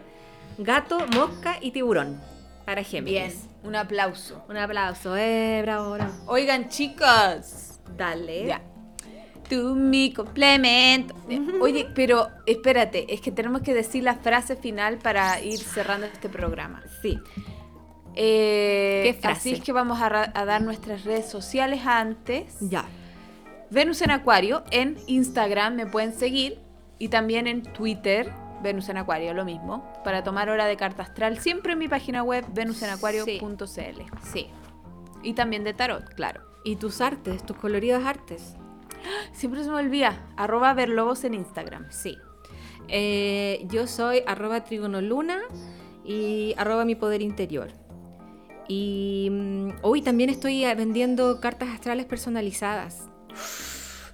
S2: Gato, mosca y tiburón. Para
S1: Bien,
S2: Géminis.
S1: un aplauso.
S2: Un aplauso, eh, bravo, bravo.
S1: Oigan, chicas.
S2: Dale.
S1: Ya. Tú mi complemento. Eh, Oye, pero espérate, es que tenemos que decir la frase final para ir cerrando este programa.
S2: Sí.
S1: Eh,
S2: ¿Qué frase?
S1: Así es que vamos a, ra- a dar nuestras redes sociales antes.
S2: Ya.
S1: Venus en Acuario, en Instagram me pueden seguir y también en Twitter, Venus en Acuario, lo mismo, para tomar hora de carta astral, siempre en mi página web, venusenacuario.cl.
S2: Sí.
S1: Y también de tarot, claro.
S2: Y tus artes, tus coloridas artes.
S1: Siempre se me olvida, arroba verlobos en Instagram.
S2: Sí. Eh, yo soy arroba trigonoluna y arroba mi poder interior. Y hoy también estoy eh, vendiendo cartas astrales personalizadas.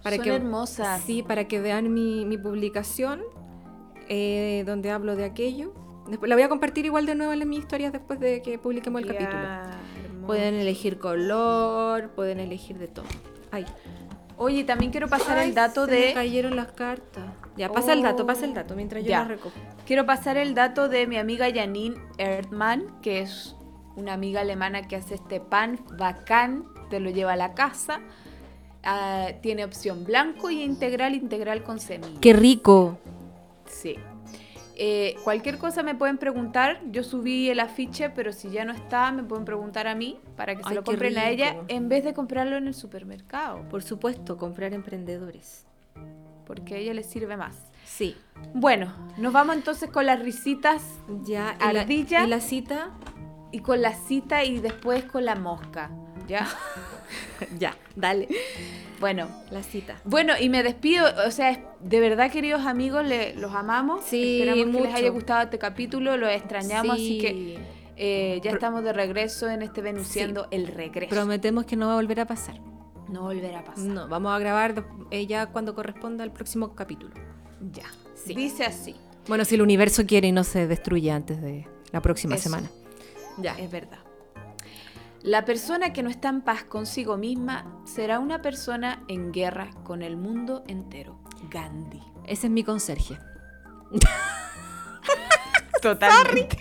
S1: Son hermosas.
S2: Sí, para que vean mi, mi publicación eh, donde hablo de aquello. Después, la voy a compartir igual de nuevo en mis historias después de que publiquemos el capítulo. Pueden elegir color, pueden elegir de todo. Ay,
S1: Oye, también quiero pasar
S2: Ay,
S1: el dato
S2: se me
S1: de
S2: cayeron las cartas. Ya, pasa el dato,
S1: Oh.
S2: pasa el dato mientras yo
S1: Ya.
S2: las recojo.
S1: Quiero pasar el dato de mi amiga Janine Erdmann, que es una amiga alemana que hace este pan bacán, te lo lleva a la casa. Ah, tiene opción blanco y integral, integral con semilla.
S2: ¡Qué rico!
S1: Sí. Eh, cualquier cosa me pueden preguntar. Yo subí el afiche, pero si ya no está, me pueden preguntar a mí para que se
S2: Ay,
S1: lo
S2: qué
S1: compren a
S2: rico.
S1: ella en vez de comprarlo en el supermercado,
S2: Por supuesto, comprar emprendedores.
S1: porque a ella le sirve más.
S2: Sí.
S1: Bueno, nos vamos entonces con las risitas
S2: Ya, y la,
S1: Ardilla.
S2: y la cita.
S1: y con la cita y después con la mosca. ¿Ya?
S2: Ya, dale.
S1: Bueno,
S2: La cita.
S1: bueno, y me despido. O sea, es- de verdad, queridos amigos, le- los amamos.
S2: Sí,
S1: Esperamos que les
S2: mucho.
S1: haya gustado este capítulo. Lo extrañamos, así que
S2: Sí.
S1: eh, ya
S2: Pro-
S1: estamos de regreso en este Venusiendo el regreso.
S2: Prometemos que no va a volver a pasar.
S1: no volverá a pasar.
S2: No, vamos a grabar des- eh, ya cuando corresponda el próximo capítulo.
S1: Ya.
S2: Mm. Sí.
S1: Dice así.
S2: Bueno, si el universo quiere y no se destruye antes de la próxima
S1: Eso.
S2: semana. Ya.
S1: Es verdad. La persona que no está en paz consigo misma será una persona en guerra con el mundo entero. Gandhi.
S2: Ese es mi conserje.
S1: Totalmente.